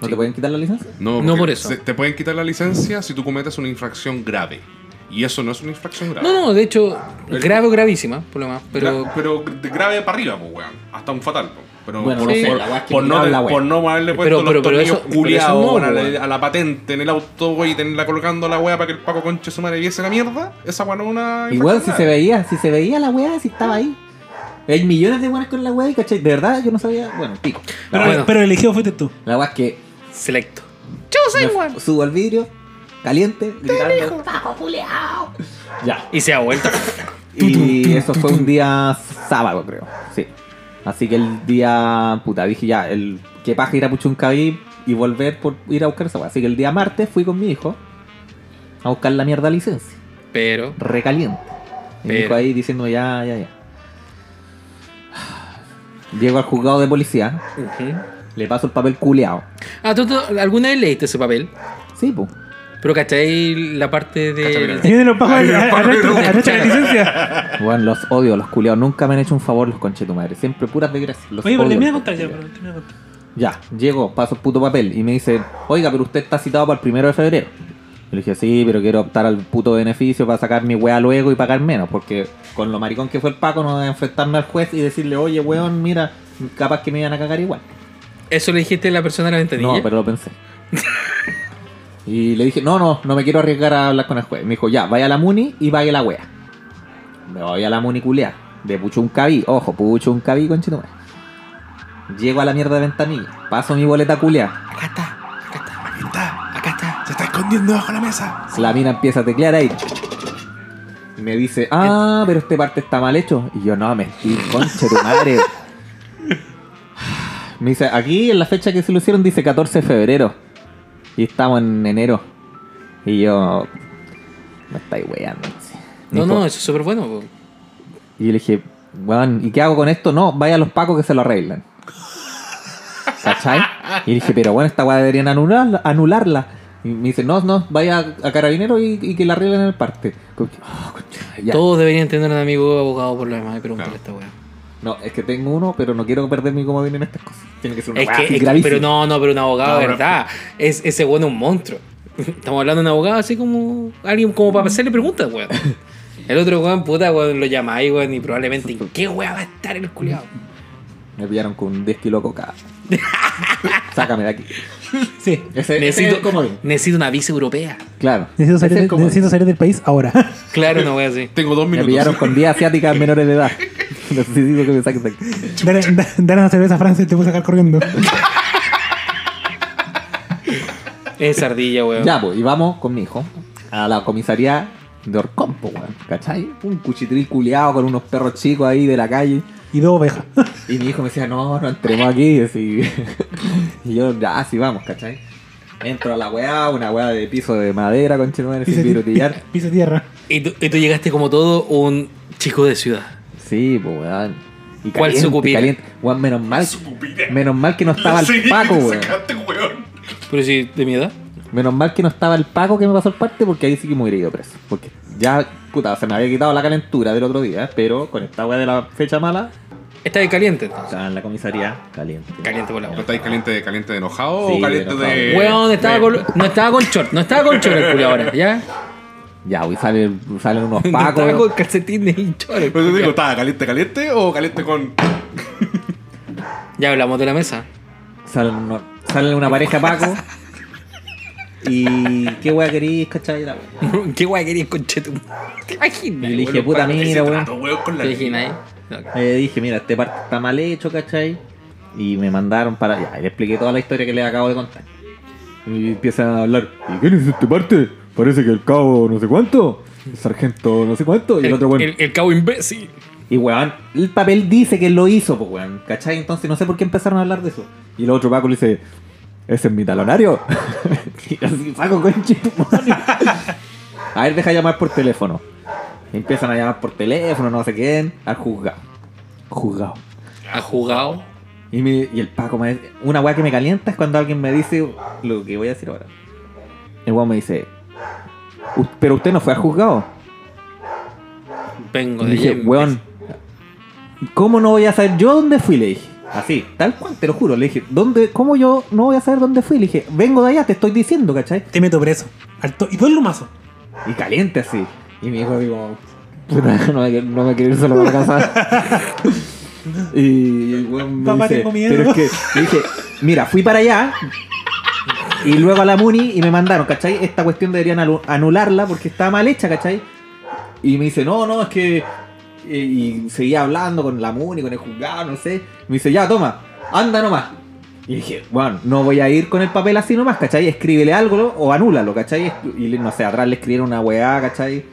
¿No te pueden quitar la licencia?
No,
No
porque
por eso.
se- te pueden quitar la licencia si tú cometes una infracción grave. Y eso no es una infracción grave.
No, no, de hecho, grave o gravísima, por lo más. Pero
Gra- pero de grave para arriba, pues, weón. Hasta un fatal, pues. Pero
Bueno,
por,
sí,
por-
la weá es que
por no,
miraba la weá.
por no haberle puesto
Pero- pero-
los
pero
tornillos
eso- pero
culiados
eso no,
a,
weón.
la, a la patente en el auto, weón, y tenerla colocando la weá para que el Paco Conche su madre viese la mierda, esa weá no es una.
Igual si
infracción
se
grave.
veía, si se veía la weá, si estaba ahí. Hay millones de weas con la weá y cachai, de verdad yo no sabía, bueno, pico.
Pero,
Ah, bueno.
pero el elegido fuiste tú.
La weá es que
selecto.
me subo al vidrio, caliente, gritando, "Paco, culiao". Ya,
Y se ha vuelto.
Y eso fue un día sábado, creo. Sí. Así que el día. Puta, dije ya, el que paja ir a Puchuncaví y volver por ir a buscar esa weá. Así que el día martes fui con mi hijo a buscar la mierda licencia.
Pero,
Recaliente. Y Mi
Pero-
hijo ahí diciendo ya, ya, ya. Llego al juzgado de policía,
ujú.
le paso el papel culeado.
Ah, ¿tú, tú alguna vez leíste ese papel?
Sí, pues.
Pero cachai la parte
Cachai, mira.
de.
Y vienen los pajos,
Ay, los pajos, no.
arracha eh, la licencia.
Bueno, los odio, los culeados. Nunca me han hecho un favor los conchetumadres. Siempre puras desgracias. Los
Oye, pero
odio,
termina de
los
contar ya,
culiaos.
pero termina de contar.
Ya, llego, paso el puto papel y me dice, oiga, pero usted está citado para el primero de febrero. Y le dije, sí, pero quiero optar al puto beneficio para sacar mi weá luego y pagar menos, porque con lo maricón que fue el Paco no voy a enfrentarme al juez y decirle, oye, weón, mira, capaz que me iban a cagar igual.
¿Eso le dijiste a la persona de la ventanilla?
No, pero lo pensé. y le dije, no, no, no me quiero arriesgar a hablar con el juez. Me dijo, ya, vaya a la Muni y vaya a la wea. Me voy a la Muni culea. De Puchuncaví, ojo, Puchuncaví, conchetumare. Llego a la mierda de ventanilla, paso mi boleta culea.
Acá está, acá está,
Ahí está,
acá está.
se está escondiendo bajo la mesa.
La mina empieza a teclear ahí. Y me dice, ah, pero este parte está mal hecho. Y yo, no, me estoy concha tu madre. Me dice, aquí en la fecha que se lo hicieron dice 14 de febrero. Y estamos en enero. Y yo, me estáis weando. sí.
No,
Dijo,
no, eso es súper bueno. po.
Y yo le dije, weón, ¿y qué hago con esto? No, vaya a los pacos que se lo arreglan. ¿Cachai? Y le dije, pero bueno, esta weá deberían anularla. anularla. Y me dice, no, no, vaya a carabinero y, y que la arreglen en el parte. Como que, oh, concha, ya.
Todos deberían tener un amigo abogado por lo demás y preguntarle a esta weá.
No, es que tengo uno, pero no quiero perder mi comodín en estas cosas. Tiene que ser una
Es
weá
que,
así
es que-
gravísima.
pero no, no, pero un abogado
No,
de
pero-
verdad. Es, ese bueno es un monstruo. Estamos hablando de un abogado así como alguien como para hacerle preguntas, weón. El otro weón, puta, weón, lo llamáis, weón, y probablemente en qué weón va a estar el culiado.
Me pillaron con 10 kilos de coca. Sácame de aquí.
Sí.
Ese, ese es
Necesito,
el comodín.
necesito una visa europea.
Claro.
Necesito
Ese es
salir,
el
de-
comodín.
necesito salir del país ahora.
Claro, una weá así.
Tengo dos
Me pillaron
minutos.
con 10 asiáticas menores de edad. Necesito que me saquen de aquí.
Dale, da- dale una cerveza a Francia y te voy a sacar corriendo.
Esa ardilla, weón.
Ya, pues, y vamos con mi hijo a la comisaría de Orcompo, weón. ¿Cachai? Un cuchitril culeado con unos perros chicos ahí de la calle.
Y dos ovejas.
Y mi hijo me decía, no, no entremos aquí. así. y yo, ya, así vamos, ¿cachai? Entro a la weá, una weá de piso de madera, con madre, sin
Pisa,
pirotillar.
ti- pisa tierra.
Y, tú, y tú llegaste como todo un chico de ciudad.
Sí, pues, weón. Y
¿Cuál
caliente,
sucupira?
caliente. Weón, menos mal,
Sucupira.
menos mal que no estaba el Paco, weón.
Sacaste, weón.
Pero si de mi edad.
Menos mal que no estaba el Paco que me pasó el parte, porque ahí sí que me hubiera ido preso. Porque ya, puta, se me había quitado la calentura del otro día, pero con esta weá de la fecha mala,
Está de caliente. entonces.
estaba en la comisaría caliente.
Caliente por la
¿Pero
boca.
estáis caliente de, caliente de enojado
Sí,
o caliente
de
de.?
Weón, estaba
eh.
de-
con, no estaba con short, no estaba con short el culiao ahora, ¿ya?
Ya, hoy salen, salen unos
No estaba
Pacos.
con calcetines y short. el
Pero te digo,
culiao.
¿estaba caliente, caliente o caliente con.?
Ya hablamos de la mesa.
Salen, unos- salen una pareja Paco. Y qué weá querís, cachai. La weá.
¿Qué guay querías con Chetum? ¿Te imaginas?
Y le dije,
Bueno,
puta,
Paco, ese
mira,
trato,
weón.
weón, con la
¿Te imaginas? eh? No.
Le dije, mira, este parte está mal hecho, cachai. Y me mandaron para allá. Y le expliqué toda la historia que les acabo de contar. Y empiezan a hablar. ¿Y quién es este parte? Parece que el cabo no sé cuánto. El sargento no sé cuánto. Y el, otro bueno.
el- el cabo imbécil.
Y weón, el papel dice que lo hizo, pues weón. ¿Cachai? Entonces no sé por qué empezaron a hablar de eso. Y el otro Paco le dice, ese es mi talonario. y así, Paco, conche tu madre. A ver, deja llamar por teléfono. Y empiezan a llamar por teléfono, no sé quién, al juzgado. Juzgado.
Ha jugado.
Y, me- y el Paco me dice, una weá que me calienta es cuando alguien me dice lo que voy a decir ahora. El weón me dice, "Us- pero usted no fue al juzgado.
Vengo
Y
de
dije,
allá,
weón, ¿cómo no voy a saber yo dónde fui? Le dije. Así, tal cual, te lo juro. Le dije, ¿dónde, ¿cómo yo no voy a saber dónde fui? Le dije, vengo de allá, te estoy diciendo, ¿cachai?
Te meto preso. Alto, y dos lumazos.
Y caliente así. Y mi hijo digo, puta, no me, no me quiero ir solo para la casa. y el weón me
Papá,
dice,
tengo miedo.
pero es que, le dije, mira, fui para allá. Y luego a la Muni y me mandaron, ¿cachai? Esta cuestión deberían alu- anularla porque estaba mal hecha, ¿cachai? Y me dice, no, no, es que. Y, y seguía hablando con la Muni, con el juzgado, no sé. Me dice, ya, toma, anda nomás. Y dije, bueno, no voy a ir con el papel así nomás, ¿cachai? Escríbele algo ¿no? o anúlalo, ¿cachai? Y le- no sé, atrás le escribieron una weá, ¿cachai?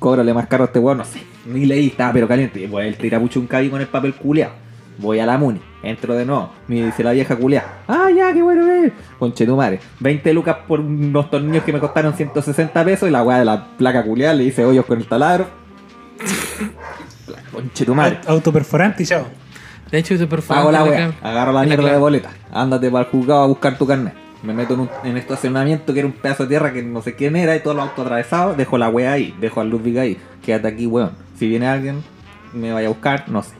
Cóbrale más caro a este weón, no sé. Ni leí, estaba pero caliente. Y pues él tira mucho un cabi con el papel culeado. Voy a la Muni, entro de nuevo. Me dice la vieja culeada. Ah, ya, qué bueno es. Conche tu madre. 20 lucas por unos tornillos que me costaron 160 pesos. Y la weá de la placa culeada le hice hoyos con el taladro. Conche tu madre.
Au- Autoperforante y chao.
De hecho, ese perfume.
Pago la
de
wea,
acá.
agarro la
Está
mierda
claro.
de boleta, ándate para el juzgado a buscar tu carnet. Me meto en, un, en este estacionamiento que era un pedazo de tierra que no sé quién era y todos los autos atravesados. Dejo la wea ahí, dejo al Ludwig ahí. Quédate aquí, weón. Si viene alguien, me vaya a buscar, no sé.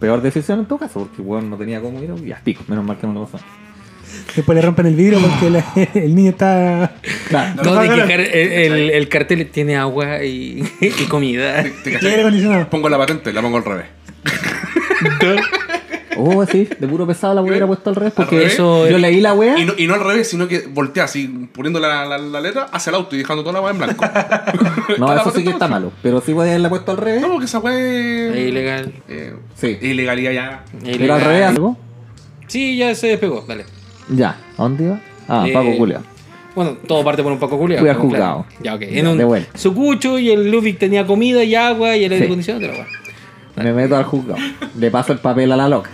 Peor decisión en todo caso, porque weón no tenía cómo ir y a pico. Menos mal que no lo pasó.
Después le rompen el vidrio porque la- el niño está.
No,
Claro,
No,
de
no,
que
no.
car- el, el- el cartel tiene agua y, y comida.
¿Te- te
el aire
cachai?
acondicionado.
Pongo la patente, la pongo al revés.
oh, sí, de puro pesado la hubiera puesto al revés porque
revés.
eso yo leí la wea.
Y no, y no al revés, sino que voltea así, poniendo la, la, la letra hacia el auto y dejando toda la weá en blanco.
No,
la
eso sí
patente
que está
así.
malo, pero sí voy a haberla puesto al revés.
No, porque esa weá
Es
es.
ilegal.
eh,
Sí.
es ilegalidad ya.
es
Pero al
ilegal.
revés, algo.
Sí, ya se despegó, dale.
Ya, ¿a dónde iba? Ah,
Eh,
Paco Culia.
Bueno, todo parte por un poco culiado.
Fui al juzgado.
Ya, ok.
Ya,
En un
de vuelta.
sucucho y el Ludwig tenía comida y agua y el aire
Sí.
acondicionado de la agua.
Me meto al juzgado. Le paso el papel a la loca.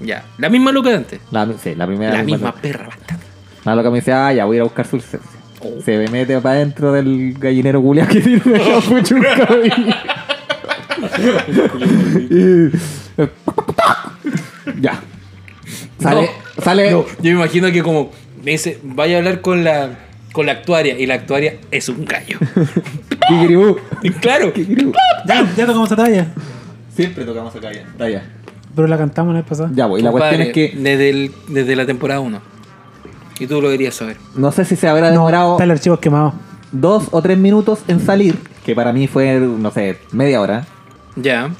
Ya. La misma loca de antes.
La, sí, la primera.
La
vez
misma
cuando-
perra bastante.
La loca me dice, ah, ya voy a ir a buscar su licencia.
Oh.
Se me mete para adentro del gallinero culiao que tiene el capucho un cabillo. Y- Ya. Sale, sale.
No, yo me imagino que como me dice, vaya a hablar con la con la actuaria y la actuaria es un gallo.
Kikiribú,
Y claro.
kikiribú.
Ya, ya tocamos esa talla.
Siempre tocamos acá ya. Está ya.
Pero la cantamos la vez pasada.
Ya, voy. La cuestión
compadre,
es que
desde, el- desde la temporada 1. Y tú lo deberías saber.
no sé si se habrá demorado
Está el archivo quemado.
dos o tres minutos en salir, que para mí fue, no sé, media hora.
Ya.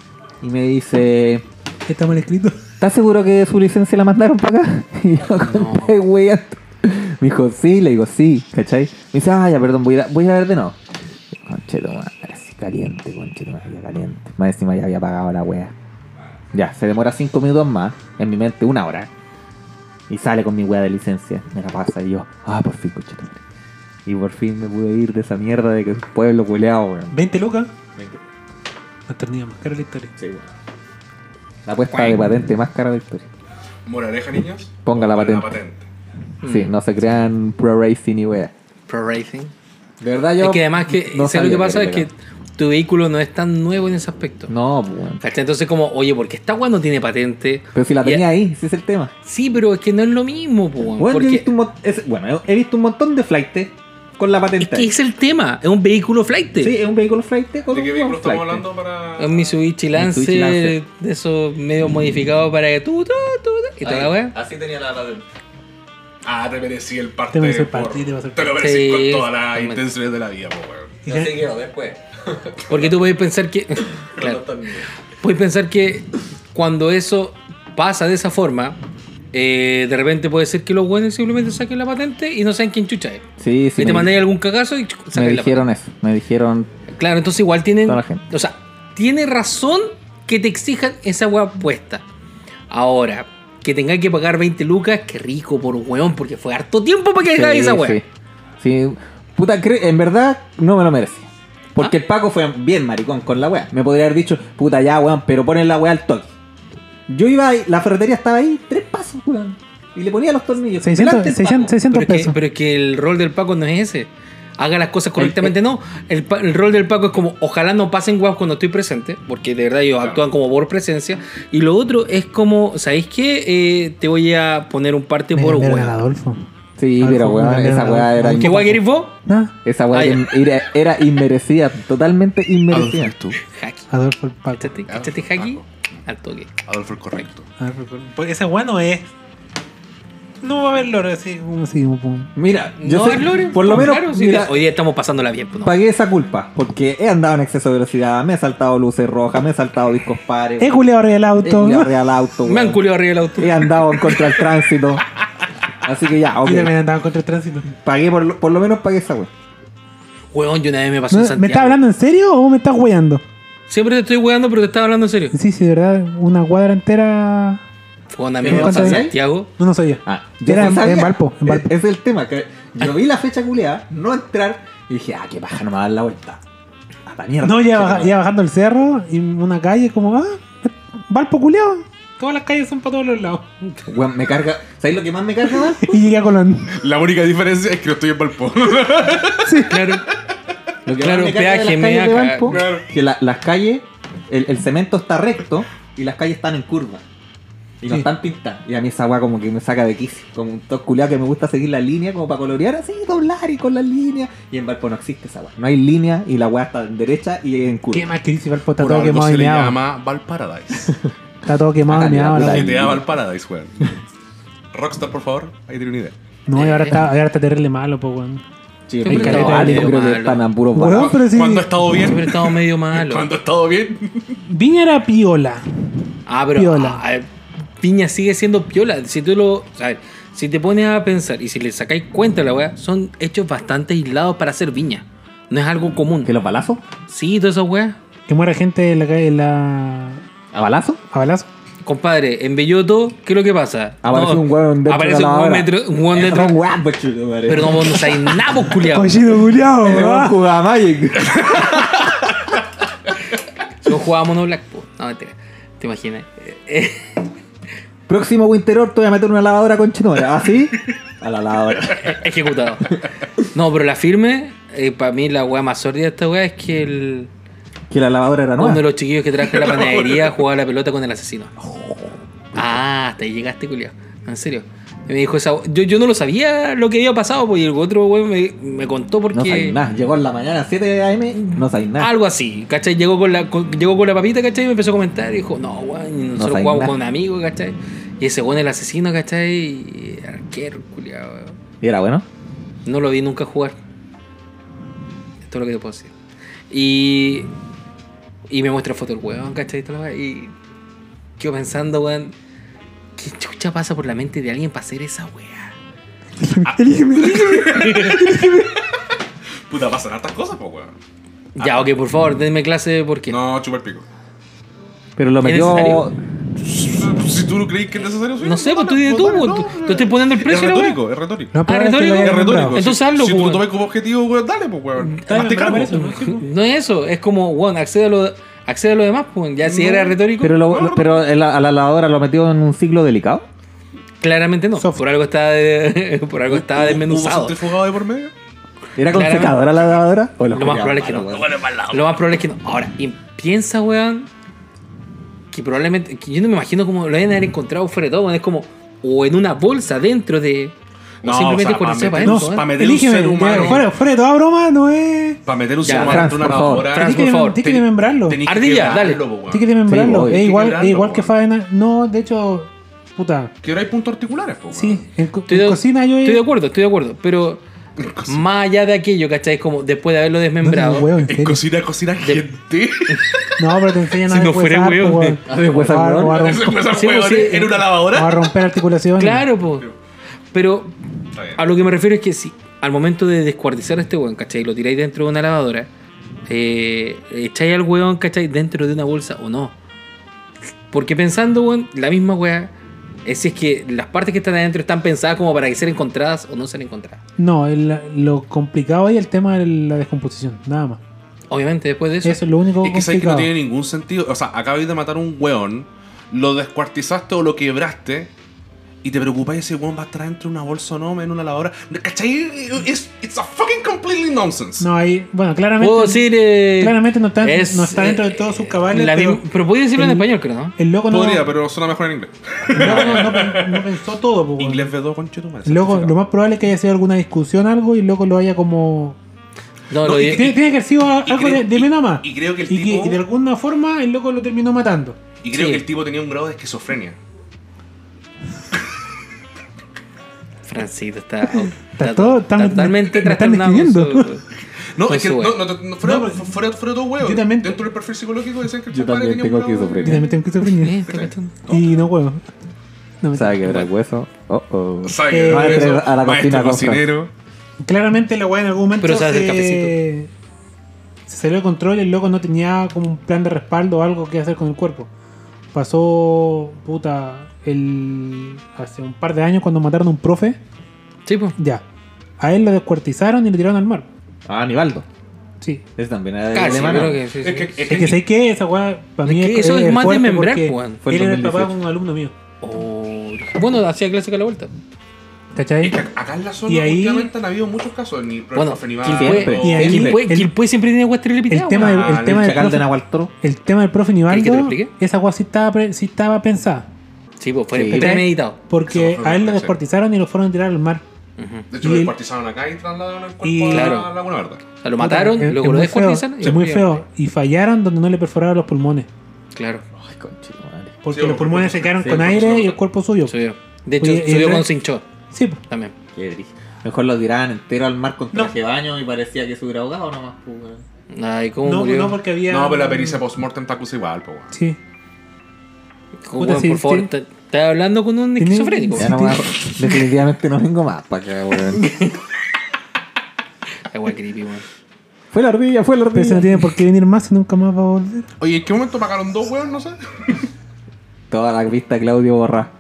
Y me dice,
Está mal escrito.
¿Estás seguro que su licencia la mandaron para acá? Y yo conté, weyando. Me dijo, sí, le digo, sí, ¿cachai? Me dice, ah, ya, perdón, voy a, ir a- voy a ver de nuevo. Concheto, madre, sí, caliente, concheto, madre, caliente. Más encima ya había pagado la wea. Ya, se demora cinco minutos más, en mi mente una hora. Y sale con mi wea de licencia, me la pasa y yo, ah, por fin, concheto. madre. Y por fin me pude ir de esa mierda de que es un pueblo culeado, weón.
20 lucas. La tornilla más cara de la historia.
La puesta de patente más cara de la historia.
Moraleja, niños.
Ponga la
pongan
patente.
Mm.
Sí, no se crean pro-racing ni wea.
Pro Racing.
De verdad yo.
Es que además que, ¿sabes
no
lo
sabía
que pasa?
era
Es que
ilegal.
tu vehículo no es tan nuevo en ese aspecto.
No, bueno.
¿Cachai? Entonces como, oye, porque esta weá no tiene patente.
Pero si la
Y-
tenía ahí, ese es el tema.
Sí, pero es que no es lo mismo, po, weón,
Bueno, yo he
porque
visto un, mon- es- bueno, he he visto un montón de flightes con la
es
patente.
que
ahí.
es el tema. Es un vehículo flight.
Sí, es un vehículo flight con
¿De
un
qué vehículo
flight.
estamos hablando para.?
Un Mitsubishi
Mitsubishi
Lancer,
Lancer.
de esos medio modificados para que tú, tú, tú, tú, y toda la weá.
Así tenía la patente.
Ah, te merecí el parte.
Te merecí el
por-
parte, te vas a-
Te lo merecí
Sí,
con toda la
totalmente.
intensidad de la vida, po, weón.
Y
No
ya-
sé qué, después.
Porque tú puedes pensar que. claro. Puedes pensar que cuando eso pasa de esa forma, eh, de repente puede ser que los buenos simplemente saquen la patente y no saben quién chucha es.
Sí, sí.
y te
me,
mandan algún cagazo y chuc,
me
sacan la
dijeron eso. Me dijeron.
patente. Claro, entonces igual tienen.
Toda la gente.
O sea, tiene razón que te exijan esa weá puesta. Ahora, que tengáis que pagar 20 lucas, qué rico por weón, porque fue harto tiempo para que hagáis esa weá.
sí. Sí. Puta, cre- en verdad no me lo merece. Porque
¿Ah?
el Paco fue bien maricón con la weá. Me podría haber dicho, puta ya, weón, pero ponen la weá al toque. Yo iba ahí, la ferretería estaba ahí, tres pasos, weón. Y le ponía los tornillos.
600,
delante del
600,
Paco.
600
Pero es, que,
pesos.
pero es que el rol del Paco no es ese. Haga las cosas correctamente, no. El, pa- el rol del Paco es como, ojalá no pasen guau cuando estoy presente, porque de verdad ellos actúan como por presencia. Y lo otro es como, ¿sabéis qué? Eh, te voy a poner un parte este por
Mira, mira,
hueón.
Adolfo.
Sí, pero weón, esa weá era.
¿Qué guay querés vos?
Nada,
Esa weá
Ah, ya.
in- era, era inmerecida, totalmente
Adolfo
inmerecida.
eres tú.
Haki.
Adolfo el Paco.
Cáchate, cáchate,
Paco.
Haki. Al toque.
Adolfo el correcto.
Adolfo el Paco. Ah, Porque esa weá no es. No va a haber loro así como así. como pum.
Mira, yo
no,
sé-
es lore,
por lo
pues,
menos
claro, sí,
mira,
hoy día estamos pasándola bien. pues, no.
pagué esa culpa. Porque he andado en exceso de velocidad, me he saltado luces rojas, me he saltado discos pares.
He culeado arriba del
he
Eh, auto.
culiado arriba del auto,
Me han
weón.
culiado arriba del auto.
He andado en contra del tránsito. Así que ya, ok.
Y también andaba contra el tránsito.
Pagué por, lo- por lo menos pagué esa weá.
Weón, yo una vez me pasó en
No,
Santiago.
¿Me estás hablando en serio o me estás weyando?
Siempre te estoy weando, pero te estaba hablando en serio.
Sí, sí, de verdad. Una cuadra entera.
Weón, a mí me
¿Pero
pasó en
cuánto es?
Santiago.
No, no sabía.
Ah,
Era en- en Valpo, en Valpo.
E, Es, es el tema, que yo vi la fecha culiada, no entrar, y dije, ah, qué paja, no me va a dar la vuelta. A la mierda.
No, ya, baja-
Chuta,
ya bajando el cerro y una calle como, ah, Valpo culeado. Todas las calles son para todos los lados.
Weón, me carga. ¿Sabéis lo que más me carga, Valpo?
Y llegué a Colón.
La única diferencia es que no estoy en Valpo.
Claro.
Lo que
Claro,
más me carga
peaje,
de las calles de
meaca,
Valpo,
claro.
Que la- las calles, el, el cemento está recto y las calles están en curva. Y no
Sí.
están pintadas. Y a mí esa weá como que me saca de quicio. Como un toque culiado que me gusta seguir la línea como para colorear así, doblar y con las líneas. Y en Valpo no existe esa weá. No hay línea y la weá está en derecha y en curva.
Qué más que dice Valpo, está
Por
todo
algo
quemado
se
y
le
meado.
llama Valparadise.
Está todo quemado
Ah,
y meado.
mira,
la-
puta.
GTA Valparadise, weón. Rockstar, por favor. Ahí tiene una idea.
No, y ahora está, ahora está terrible malo, po, weón.
Sí,
Siempre
pero
está
no,
malo,
yo creo
malo.
que están a puros
Weón,
bajos.
pero sí.
¿Cuándo ha estado
Siempre he
bien?
estado medio malo.
¿Cuándo ha estado bien?
Viña era piola.
Ah, pero
Piola.
ah, Piña sigue siendo piola. Si tú lo. A ver, si te pones a pensar y si le sacáis cuenta a la weá, son hechos bastante aislados para hacer viña. No es algo común.
¿Que los balazos?
Sí, todas esas weas.
Que muera gente en la calle, en la.
¿A balazo?
a balazo.
Compadre, en Belloto, ¿qué es lo que pasa?
Aparece un hueón dentro
Aparece
de la
un hueón
lavadora.
dentro- un hueón dentro-
Son guapos, pues, chulo, madre.
Pero no, vos no sabés nada, vos, culiao.
Cochino culiao,
El
weón.
hueón jugaba Magic.
Yo jugaba Mono Black, po. No, mentira. ¿Te imaginas? Eh, eh,
Próximo Winter Orto voy a meter una lavadora con chinora. ¿Así? A la lavadora.
ejecutado. No, pero la firme, para mí la weá más sórdida de esta weá es que el,
Que la lavadora era
uno de
nueva.
los chiquillos que traje a la panadería jugaba la pelota con el asesino. Ah, hasta ahí llegaste, culiao. En serio. Y Me dijo esa we- yo, yo no lo sabía lo que había pasado, pues y el otro weón me, me contó
No sabéis
porque.
nada. Llegó en la mañana a 7 a.m. No sabéis nada.
Algo así, ¿cachai? Llegó con la, con- llegó con la papita, ¿cachai? Y me empezó a comentar y dijo, no, weón, nosotros
sabía
jugamos
nada.
con un amigo, ¿cachai? Y ese weón el asesino, ¿cachai? Y arquero, culiao. weón.
¿Y era bueno?
No lo vi nunca jugar. Esto es lo que te puedo decir. Y. Y me muestra foto del weón, ¿cachai? Y toda la weá, Y. Quedo pensando, weón. ¿Qué chucha pasa por la mente de alguien para hacer esa weá?
Elígeme, elígeme.
Puta, pasan hartas cosas, po, weón.
Ya, ok, por favor, denme clase porque. No,
No, chupa el pico.
Pero lo
¿Es
metió.
necesario?
Si tú no crees que es necesario, sí,
sé, pues tú
dale,
dices tú,
dale,
pues,
no,
tú,
eh.
tú estás poniendo el
Es
precio, la weá.
retórico, es retórico.
No, pero
Ah,
ahora que lo
retórico,
hayan
Es retórico.
nombrado.
Si-
Entonces hazlo,
Si tú
weón.
lo tomas como objetivo, weón, dale, pues, weón.
Está bien,
Hazte
me
cargo.
parece, ¿no?
No es eso, es como, weón, accede a lo, accede a lo demás, pues. Ya si era retórico,
Pero, lo- lo- pero el- a la lavadora lo metió en un ciclo delicado.
claramente no.
Soft.
Por algo estaba, de- por algo estaba
¿Hubo
desmenuzado.
centrifugado de por medio?
¿Era con
Claramente.
secadora la lavadora? O
Lo más probable es que no.
weón.
Lo más probable es que no. Ahora, y piensa, weón, que probablemente. que yo no me imagino cómo lo hayan haber encontrado fuera de todo, weón. Es como. O en una bolsa dentro de. O simplemente con la
para
cepa
meter,
dentro,
no,
weón.
pa' meter un
Elígeme,
ser humano.
ya, fuera, fuera de toda broma, no es.
Para meter un
Ya,
ser humano
Trans,
dentro de una
por favor.
lavadora.
Trans,
Tienes que,
por favor.
tienes que
Teni-
desmembrarlo.
tenís que
Ardilla,
quebrarlo,
dale.
po, weón.
Tienes que desmembrarlo.
Sí,
es
hay
que
igual, es
quebrarlo,
igual que
weón.
faena. No, de hecho, puta.
Que ahora hay puntos articulares, pues.
Sí, en, co-
Estoy
en
de,
cocina yo.
estoy de acuerdo, estoy de acuerdo. Pero más allá de aquello, ¿cachai? Es como después de haberlo
No,
desmembrado.
weón, en
En
serio.
cocina, cocina gente.
No, pero te enseñan
Si
a
no fuera
deshuesar,
weón,
po,
de-
¿eh?
weón.
Ah,
a deshuesar,
O a-
weón.
o a
Eso
romper-
empieza a
Sí,
jugar
sí.
en una
o a
lavadora.
romper articulaciones.
Claro, pues. Pero
Está bien.
a lo que me refiero es que si al momento de descuartizar a este weón, ¿cachai? Lo tiráis dentro de una lavadora, eh, echáis al weón, ¿cachai? Dentro de una bolsa o no. Porque pensando, weón, la misma weá, Es si es que las partes que están adentro están pensadas como para que sean encontradas o no sean encontradas.
No, el- lo complicado ahí es el tema de la descomposición, nada más.
Obviamente, después de eso.
Eso es lo único
Es que sabes que no
complicado.
tiene ningún sentido. O sea, acabáis de matar a un weón, lo descuartizaste o lo quebraste. Y te preocupáis si el weón va a estar dentro de una bolsa o no, en una lavadora. ¿Cachai? It's, it's a fucking completely nonsense.
No, ahí, bueno, claramente,
Oh,
Puedo decir. eh,
claramente no está,
es,
no está dentro de
eh,
todos sus cabales,
la
pero
misma- pero puedes decirlo en
el-
español, creo, ¿no?
el loco no,
Podría, pero suena mejor en inglés.
el loco no, no pen- no pensó todo. po, weón.
Inglés B2, conche tu madre.
El loco, lo
certificado.
más probable es que haya sido alguna discusión, algo, y el loco lo haya como...
No,
No,
lo
Eh, y
dije-
Tiene, tiene que haber sido a-
y
algo
creo-
de, de
y-
menos a más.
y creo que el
y,
tipo- Eh.
y de alguna forma el loco lo terminó matando.
Y creo
Sí.
que el tipo tenía un grado de esquizofrenia.
Francito está, está
todo- está-
totalmente
me están
trastornado. con
describiendo.
su-
No,
Con
es que
su
no,
wea.
no, no, fuera,
No, pero-
fuera, fuera de todo huevo.
Yo también-
Dentro del perfil psicológico decían que el
Yo
compadre
también
tenía un
tengo
grado de-
Y también tengo
Eh,
esquizofrenia.
esta cuestión.
y no puedo. No, mentira.
¿Sabe quebrar hueso? Oh, oh.
Sabe
Eh,
que
va a
eso,
entrar a la
maestro
cocina con
cocinero.
Claramente la weá en algún momento
Pero se hace el
se, se salió de control y el loco no tenía como un plan de respaldo o algo que hacer con el cuerpo. Pasó, puta, el, hace un par de años cuando mataron a un profe,
Sí, pues. po.
ya. A él lo descuartizaron y lo tiraron al mar.
Ah, Nivaldo.
Sí.
Ese también era de
Casi,
alemana.
creo que sí, sí.
Es que, es
Es que sé que esa weá para
Es
mí
que eso es más
fuerte
desmembrar,
porque
weón.
Fue el
Él era el papá
2018.
de un alumno mío,
Oh, bueno, hacía clásica la vuelta.
¿cachai?
Es que acá en la zona
Y ahí- pues,
últimamente han habido muchos casos, ni
Bueno,
profe, ni
Quilpue,
barro.
Y ahí-
Quilpue-
el-
Quilpue siempre tiene guastre
El
repiteado.
tema, del-
Ah,
el tema del
Chacal de
profe,
Nahualtoro.
el tema del profe
¿Quieres que te lo
Nivaldo,
explique?
esa weá sí estaba, pre- sí estaba pensada.
Sí, pues fue
Sí.
premeditado.
Eso
Porque
fue
a él
lo
lo
que
descuartizaron y lo fueron a tirar al mar.
Ujú.
De hecho,
y
lo
el-
descuartizaron acá y trasladaron el cuerpo
y-
a
Claro.
Laguna Verde.
O sea, lo mataron,
Es-
luego lo
es muy
descuartizan.
feo,
y
Es
lo
muy
escriben.
feo. Y fallaron donde no le perforaron los pulmones.
Claro.
Ay, conche tu madre.
Porque
Sí,
los
porque
pulmones
se-
se quedaron
sí,
con
porque
aire
se-
y el cuerpo suyo. Sí,
Subió. De hecho,
Oye, y
subió
el-
con cincho
po.
también.
Qué brillo. Mejor lo tiraban entero al mar con
No.
traje de baño y parecía que se hubiera ahogado nomás. pues, weón.
Ay, cómo
no,
murió.
no, porque había.
No, pero la pericia post-mortem está acusa igual, po, weón.
Sí.
Cómo,
Puta, sí,
por favor,
sí.
te- estás hablando con un
Tiene-
esquizofrénico.
Ya no más- definitivamente no vengo más para acá, weón.
Ay, guay, creepy, weón.
Fue la ardilla, fue la
Pero eso no tiene por qué venir más, nunca más va a volver.
Oye, ¿en qué momento pagaron dos weón? No sé.
Toda la vista de Claudio Borra.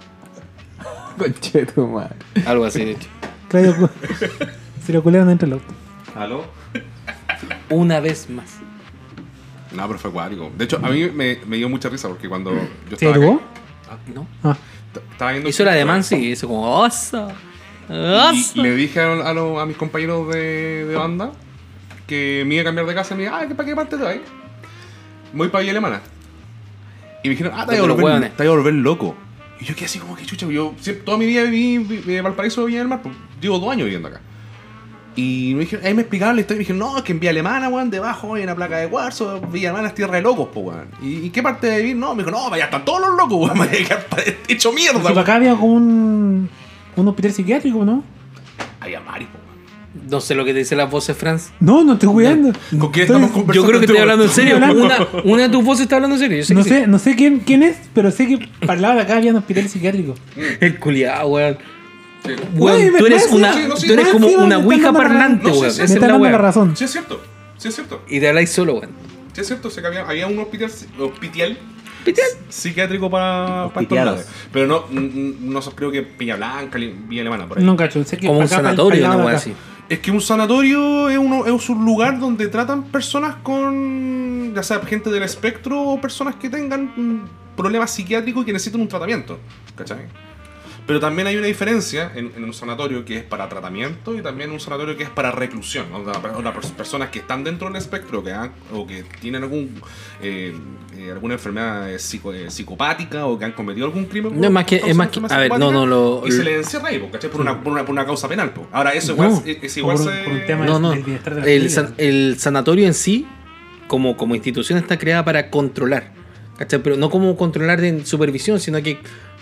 Conche tu madre.
Algo así, de hecho.
Claudio cu- se pues. lo culearon dentro del auto.
¿Aló?
Una vez más.
No, pero fue acuático. De hecho, a mí me, me dio mucha risa porque cuando yo
¿Se
estaba. acá-
drogó?
¿No?
Ah,
t- estaba viendo
Hizo el ademán, sí, hizo como oso. Oso.
Y le dije a, a los- a mis compañeros de, de banda que me iba a cambiar de casa y me dijeron, ah, ¿para qué parte te vas? Voy para Villa Alemana. Y me dijeron, ah, te vas a
Donde los
volver,
hueones.
te vas a volver loco. Y yo quedé así como que chucha, yo siempre- toda mi vida viví vi- en Valparaíso, Villa del Mar, pues, llevo dos años viviendo acá. Y me dijeron, ahí me explicaron la historia y me dijeron, no, es que en Villa Alemana, weón, debajo hay una placa de cuarzo, Villa Alemana es tierra de locos, po, weón. ¿Y, y qué parte de vivir? No, me dijo, no, vaya, están todos los locos, weón, vaya, hecho mierda,
Porque
weón.
acá había como un, un hospital psiquiátrico, ¿no?
Allá, Mari, po, pues, weón.
No sé lo que te dicen las voces, Franz.
No, no estoy cuidando.
¿Con quién estamos conversando?
Yo creo que estoy hablando en serio.
Estoy hablando.
Una, una de tus voces está hablando en serio. Yo sé
No
que
sé, no sé quién, quién es, pero sé que para el lado de acá había un hospital psiquiátrico.
sí. El culiado, weón.
Güey,
Weón,
me
tú eres,
parece,
una,
sí, no, sí,
tú eres
me
como
parece,
una
me
ouija
están dando la
parlante,
razón. No,
weón.
sí, sí,
Esa
Me
es
están
la
dando la
weón.
razón.
Sí, es cierto. Sí, es cierto.
Y te habláis solo, weón.
Sí, es cierto. Sé que había, había un hospital, hospital
Pitear.
psiquiátrico para, para estos
Hospitales.
lados. Pero no, mm, no sé, creo que Peña Blanca, Li- Villa Alemana, por ahí.
No, cacho, sé que
Como
para
un
acá, para el-
sanatorio,
para
una
el lado de
weón
acá.
así.
Es que un sanatorio es, uno, es un lugar donde tratan personas con, ya sea gente del espectro o personas que tengan mm, problemas psiquiátricos y que necesitan un tratamiento. ¿Cachai? Pero también hay una diferencia en, en un sanatorio que es para tratamiento y también un sanatorio que es para reclusión. O sea, per- o las pers- personas que están dentro del espectro que han- o que tienen algún, eh, eh, alguna enfermedad eh, psico- eh, psicopática o que han cometido algún crimen.
No, es
por
más que-
causa
es más
de
que-
enfermedad
a ver, no, no, lo-
psicológica, Y se le encierra ahí, po, ¿cachai? Por una, por una, por una causa penal. po. Ahora, eso igual,
No.
es- es igual
Por un-
se-
por un tema
No, no.
del bienestar de la
El,
familia.
san- el sanatorio en sí, como, como institución, está creada para controlar. ¿Cachai? Pero no como controlar en supervisión, sino que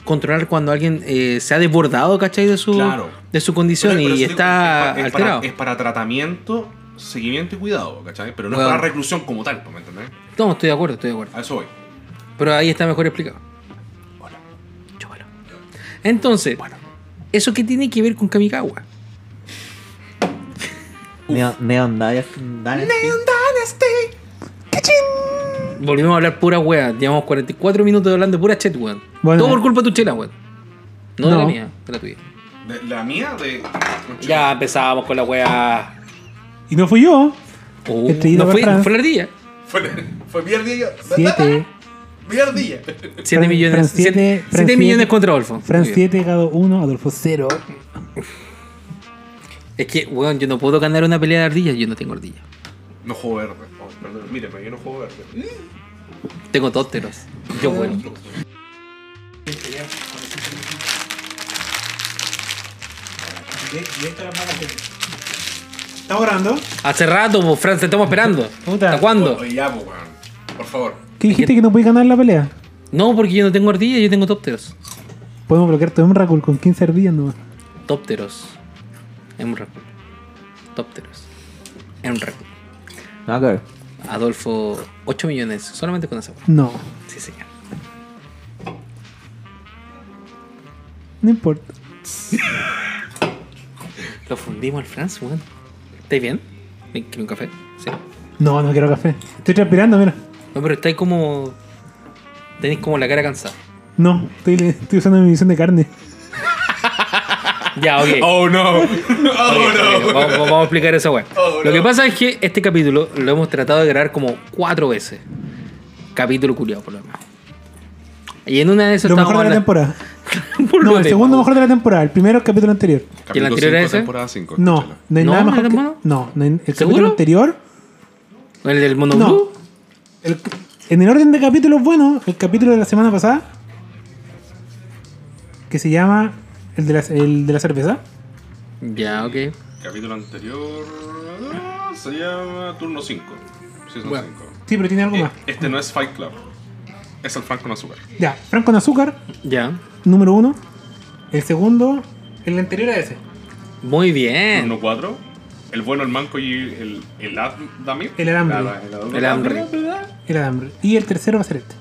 controlar cuando alguien eh, se ha desbordado, ¿cachai? De su,
Claro.
de su
Pero-
condición
pero
y
eso digo,
está
es para-
alterado.
Es para, tratamiento, seguimiento y cuidado, ¿cachai? Pero no
Bueno.
es para reclusión como tal, po, ¿me entendés?
No, estoy de acuerdo, estoy de acuerdo.
A eso voy.
Pero ahí está mejor explicado.
Hola.
Chúpalo. Entonces,
Bueno.
¿eso qué tiene que ver con Kamikawa?
Neon, Neon Dynasty. Neon
Volvimos a hablar pura wea. Llevamos 44 minutos hablando de pura chat, weón.
Bueno. eh.
Todo por culpa de tu chela, weón. No, de la
No.
mía, de la tuya.
De- la mía de.
Ya empezamos con la wea.
Y no fui yo.
Oh,
Estrellita
no, fue,
para atrás.
fue la ardilla.
Fue, fue mi ardilla.
Siete.
Mi ardilla.
7
Fran-
millones,
Fran
siete-
siete, Fran
siete
siete.
millones contra Adolfo.
Fran
Muy bien.
7, Gado 1, Adolfo 0.
Es que, weón, yo no puedo ganar una pelea de ardillas, yo no tengo ardilla.
No juego verde. Oh, perdón. Míreme, yo no juego verde.
Tengo tóteros. Yo bueno.
¿Estamos grabando?
Hace rato, pues, Fran, te estamos esperando.
Puta.
¿Hasta cuándo?
Oye, Oh, ya, po, weón. Por favor.
¿Qué dijiste que no podías ganar la pelea?
No, porque yo no tengo ardilla, yo tengo tópteros.
Podemos bloquear todo un Raccoon con 15 ardillas nomás.
Tópteros. En un récord. Tópteros. En un récord.
Nada que ver.
Adolfo, 8 millones, solamente con esa wea.
No,
Sí, señor.
no importa.
Lo fundimos al Franz, weón. ¿Estáis bien? ¿Me ¿Quiere un café? Sí.
No, no quiero café. Estoy transpirando, mira.
No, pero estáis como. Tenéis como la cara cansada.
No, estoy, estoy usando mi visión de carne.
Ya, ok.
Oh no. Oh
Ok, ok,
no.
Vamos, vamos a explicar esa weá.
Oh,
Lo
no.
que pasa es que este capítulo lo hemos tratado de grabar como cuatro veces. Capítulo culiado, por lo menos. Y en una de esas
Lo
estábamos
mejor de la
hablando-
temporada.
Por
No,
lo
el
menos.
segundo mejor de la temporada. El primero, el capítulo anterior.
¿Y el
Capítulo
anterior era
cinco,
ese?
temporada cinco,
No,
escúchala.
no hay
¿No?
nada
¿No
mejor
era
que...
malo?
No, no hay- el capítulo
¿Seguro?
anterior...
¿El del mono
No.
blue?
El- en el orden de capítulos buenos, el capítulo de la semana pasada, que se llama el de la, el de la cerveza,
Ya, ok.
Capítulo anterior. ah, Se llama turno 5. Season
Bueno.
5.
sí, pero tiene algo más.
Este no es Fight Club. Es el Franco con azúcar.
Ya, Franco con azúcar,
Ya.
número uno. El segundo, el anterior a ese.
Muy bien.
Turno 4. El bueno, el manco y el, el Adamir.
El Adamir.
El Adamir.
El alambre. Y el tercero va a ser este.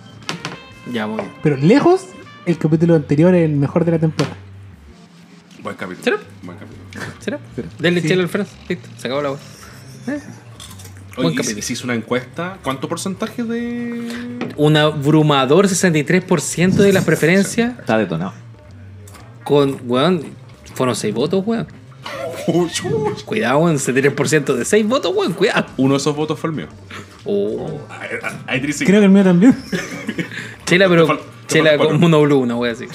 Ya, muy bien.
Pero lejos, el capítulo anterior es el mejor de la temporada.
Buen capítulo.
¿Será?
Buen capítulo.
¿Será? Denle
Sí.
chela al Franz. Listo, se acabó la weá. Buen
Oye, y
capítulo.
si- si hizo una encuesta, ¿cuánto porcentaje de.?
Un abrumador 63% de las preferencias
Está detonado.
con, weón, fueron 6 votos, weón.
Oh, chuch.
Cuidado, weón, 63% de 6 votos, weón, cuidado.
Uno de esos votos fue el mío.
Oh.
Ay, ay, ay, Trisi.
Creo que el mío también.
Chela,
Te
pero
fal- te
chela
falta
con
cuatro.
mono blue, una wea así.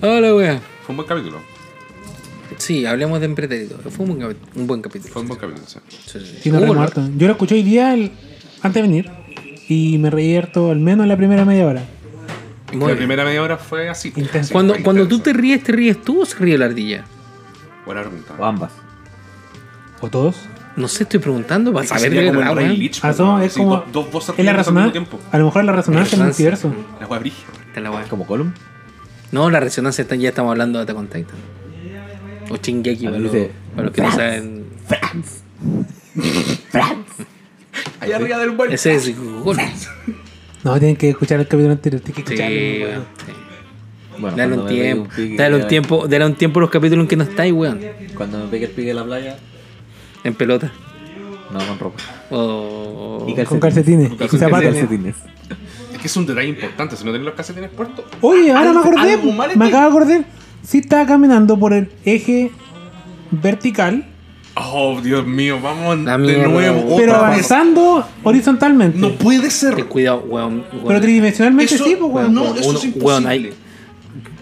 Hola, wea.
Fue un buen capítulo.
Sí, hablemos de Empretérito. Fue un buen, capi- un buen capítulo.
Fue un buen capítulo. sí.
Sí, sí, sí.
Sí, no,
Hubo
Remo
lo-
Harton. Yo lo escuché hoy día el- antes de venir y me reí harto, al menos la primera media hora.
Es que
Muy
la
bien.
primera media hora fue así.
Intenso.
Sí,
Cuando,
fue
cuando tú
intenso.
te ríes, ¿te ríes tú o se ríe la ardilla?
Buena pregunta.
O ambas.
¿O todos?
No sé, estoy preguntando para
Así
saber
sería
de
como el
verdad,
Ray
weón.
Leach,
Ah,
pues,
son-
weón.
es
Sí,
como.
dos- dos voces
es la
riéndose al mismo
resonancia.
tiempo.
A lo mejor la resonancia en el
Resonancia.
universo.
La wea brilla.
Esta es la wea.
Como Column.
No, la resonancia está, ya estamos hablando de Attack on Titan. O Chingeki,
Ah,
para, los-
dice,
para los que no saben.
Allá arriba del buen.
Ese es Gol.
No, tienen que escuchar el capítulo anterior. Tienen que
Sí,
escucharlo.
weón,
weón.
sí. Dale
Bueno, cuando
un
me pegue
tiempo,
pique-
dale un tiempo, dale un tiempo a los capítulos en que no estáis, weón.
Cuando me pegue el pique de la playa,
En pelota.
no con ropa.
O.
Y cal-
Con calcetines.
Con
y zapatos.
calcetines.
Es que es un detalle importante. Si no tenés los calcetines puestos.
Oye, ahora me
Algo-
acordé.
algo mal en
Me
ti.
acabo de acordar. Sí estaba caminando por el eje vertical,
Oh, Dios mío, vamos
La
de
mierda,
nuevo.
weón.
pero
otra vez.
avanzando horizontalmente.
No puede
Ten
ser.
cuidado, weón.
pero tridimensionalmente
Eso-
sí, pues, weón.
No, eso
Uno-
es imposible.
weón, ahí-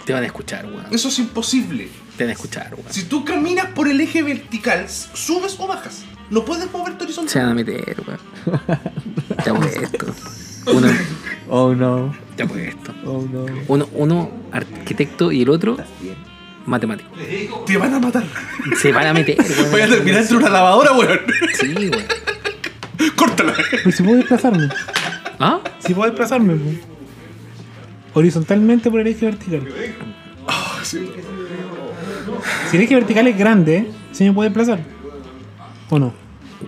Te van a escuchar, weón.
Eso es imposible.
Te van a escuchar, weón.
Si tú caminas por el eje vertical, subes o bajas. No puedes
Se
moverte horizontal.
van a meter, weón. Te apuesto. Uno,
Oh no,
te apuesto.
oh no.
Uno, uno arquitecto y el otro matemático.
Te van a matar.
Se van a meter, weón.
Voy a terminar entre una lavadora, weón.
Sí, weón.
Córtala.
Pero si Pues puedo desplazarme.
¿Ah?
Si puedo desplazarme, pues. Horizontalmente por el eje vertical. Si el eje vertical es grande, ¿se me puede desplazar? ¿O no?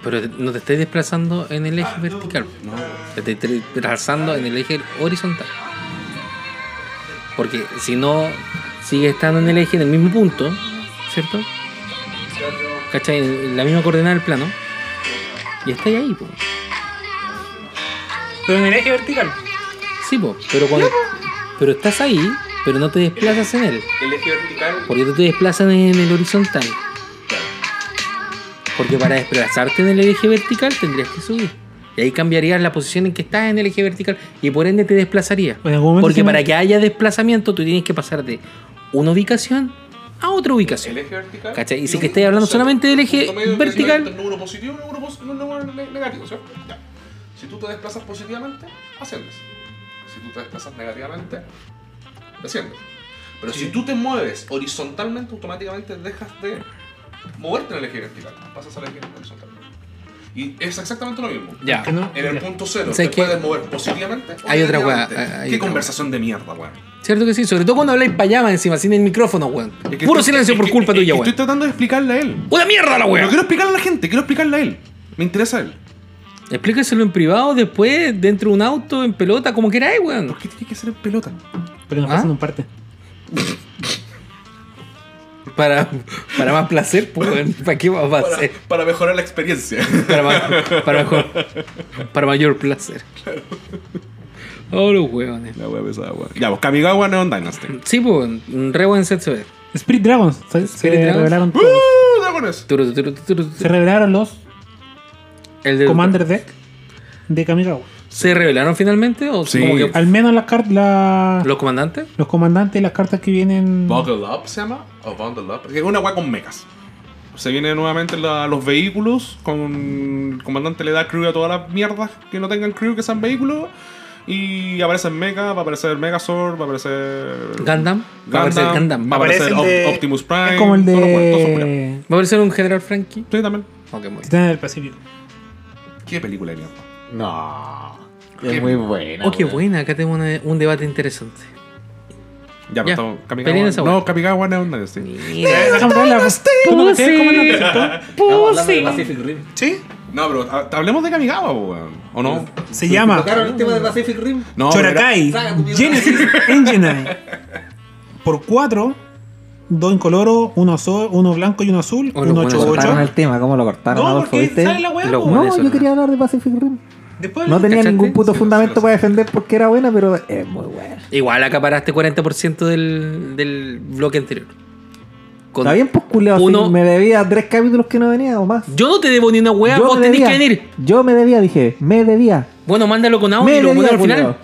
Pero no te estés desplazando en el eje vertical. No. Te estás desplazando en el eje horizontal. Porque si no sigues estando en el eje en el mismo punto, ¿cierto? ¿Cachai? En la misma coordenada del plano. Y estáis ahí, po.
Pero en el eje vertical.
Sí, po. Pero cuando. Pero estás ahí pero no te desplazas en él.
El eje vertical.
Porque tú te desplazas en el horizontal.
Claro.
Porque para desplazarte en el eje vertical tendrías que subir. Y ahí cambiarías la posición en que estás en el eje vertical y por ende te desplazarías.
En algún momento
Porque
se me-
para que haya desplazamiento tú tienes que pasar de una ubicación a otra ubicación.
El eje vertical.
¿Cachai? Y si
un-
que estáis hablando
o sea,
solamente del eje
punto medio que
vertical.
sea Un número positivo y un número, pos- un número ne- negativo, ¿cierto? Ya. Si tú te desplazas positivamente, asciendes. Si tú te desplazas negativamente, desciendes. Pero si tú te mueves horizontalmente, automáticamente dejas de moverte en el eje vertical. Pasas al eje horizontal. Y es exactamente lo mismo.
Ya.
Que no-
En el punto cero,
O sea,
te
que-
puedes mover positivamente. o
Hay otra weá,
negativamente.
hay
Qué
otra
conversación de mierda, weón.
¿Cierto que sí? Sobre todo cuando habláis payama encima, sin el micrófono, weón.
Es que
Puro
estoy-
silencio
es
por
que-
culpa
es que
tuya,
Estoy
weón.
tratando de explicarle a él.
¡Una mierda la
No
weón!
quiero explicarle a la gente, quiero explicarle a él. Me interesa él.
Explícaselo en privado, después, dentro de un auto, en pelota, como queráis, weón.
¿Por qué tiene que ser en pelota?
Pero nos
¿Ah?
pasan un parte.
Para, para más placer, pues, weón. ¿Para qué más va a ser?
mejorar la experiencia.
Para, ma- para, mejor- para mayor placer. Oh, los weones.
La wea pesada, wea. Ya, pues Kamigawa Neon Dynasty.
Sí, pues, un re buen set se ve.
Spirit Dragons. Se, se
Spirit Dragons.
revelaron todos.
¡Uh! Dragones.
Turu, turu, turu, turu.
Se revelaron los
El de-
Commander Deck de Kamigawa.
¿Se revelaron finalmente? ¿O
Sí.
como que
Al menos las cartas, la-
los comandantes?
los comandantes y las cartas que vienen.
Bundle Up se llama. O Bundle Up. Es una wea con mechas. Se vienen nuevamente la- los vehículos. Con el comandante le da crew a todas las mierdas que no tengan crew que sean vehículos. Y aparecen mecha, va a aparecer Megazord, va a aparecer.
Gundam. Va a aparecer Gundam.
Va a
Va
aparecer
Aparece el
Op-
de-
Optimus Prime.
Es como el
todos los weones, todos esos culiados.
de.
a aparecer un general Frankie.
Sí, también.
Ok, muy bien.
Titanes del Pacífico.
¿Qué película de mierda?
No.
Qué-
Es muy buena.
Oh, qué
weón.
buena, acá tenemos una- un debate interesante.
Ya, pero
Ya,
estamos.
peleen esa
Kamigawa.
wea.
No, Kamigawa Neon Dynasty.
Mira.
Déjame ver la- ¿Tú no conocías el comandante, cierto?
Estamos hablando de Pacific Rim.
¿Sí? No, pero ha- hablemos de Kamigawa, po, weón. ¿O no?
Se llama
¿Tocaron el tema de Pacific Rim?
No, pero era-
Chorakai
Saca tu mierda.
Genesis Engine. Por 4, 2 incoloro, 1 uno blanco y uno azul,
Oh, lo
1
bueno,
8
Cortaron
8.
el tema, ¿cómo lo cortaron,
No,
Adolfo?
porque
¿Viste?
sale la weá.
Lo
po.
bueno.
No,
Eso,
yo quería hablar de Pacific Rim.
Después
No tenía
¿Cachaste?
ningún puto
Sí,
fundamento
sí, sí.
para defender porque era buena, pero es muy buena.
Igual acaparaste 40% del, del bloque anterior. Con-
Está bien, pues culiao, si
Uno-
me debía tres capítulos que no venía o más.
Yo no te debo ni una wea, vos
me
tenés
debía,
que venir.
Yo me debía, dije, me debía.
Bueno, mándalo con audio
me
y lo
debía,
pones al
culiao.
final.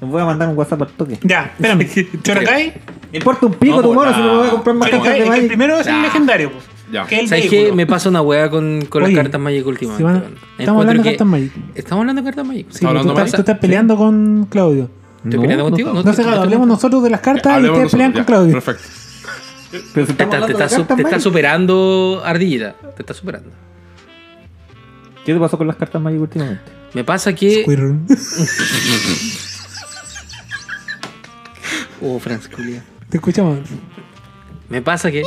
Les voy a mandar un WhatsApp al toque.
Ya, espérame. Chorakai,
Me importa un pico
No,
tu
pues,
mono
nah.
si no me voy a comprar más
Pero,
cartas
Chorakai, es
de
que el
Magic.
primero es el legendario. po.
Ya.
Que es el
¿Sabes qué?
vehículo.
Me pasa una wea con, con las
Oye,
cartas Magic últimamente.
si van-
weón.
estamos
Encuentro
hablando de
que-
cartas Magic.
Estamos hablando de cartas Magic.
Sí,
Hablando
tú, estás,
más.
tú estás peleando con Claudio.
¿Estoy
No,
peleando
no
contigo?
No se
te-
hablamos
te-
hablemos nosotros de las cartas y ustedes
Hablemos
pelean con
nosotros,
Claudio.
ya, Perfecto.
Pero si
Te
estamos
está, te
hablando de
está, su-
cartas
te está
Magic.
superando Ardillita. Te está superando.
¿Qué te pasó con las cartas Magic últimamente?
Me pasa que.
Squirrel.
Oh, Franz, culiao.
Te escuchamos.
Me pasa que.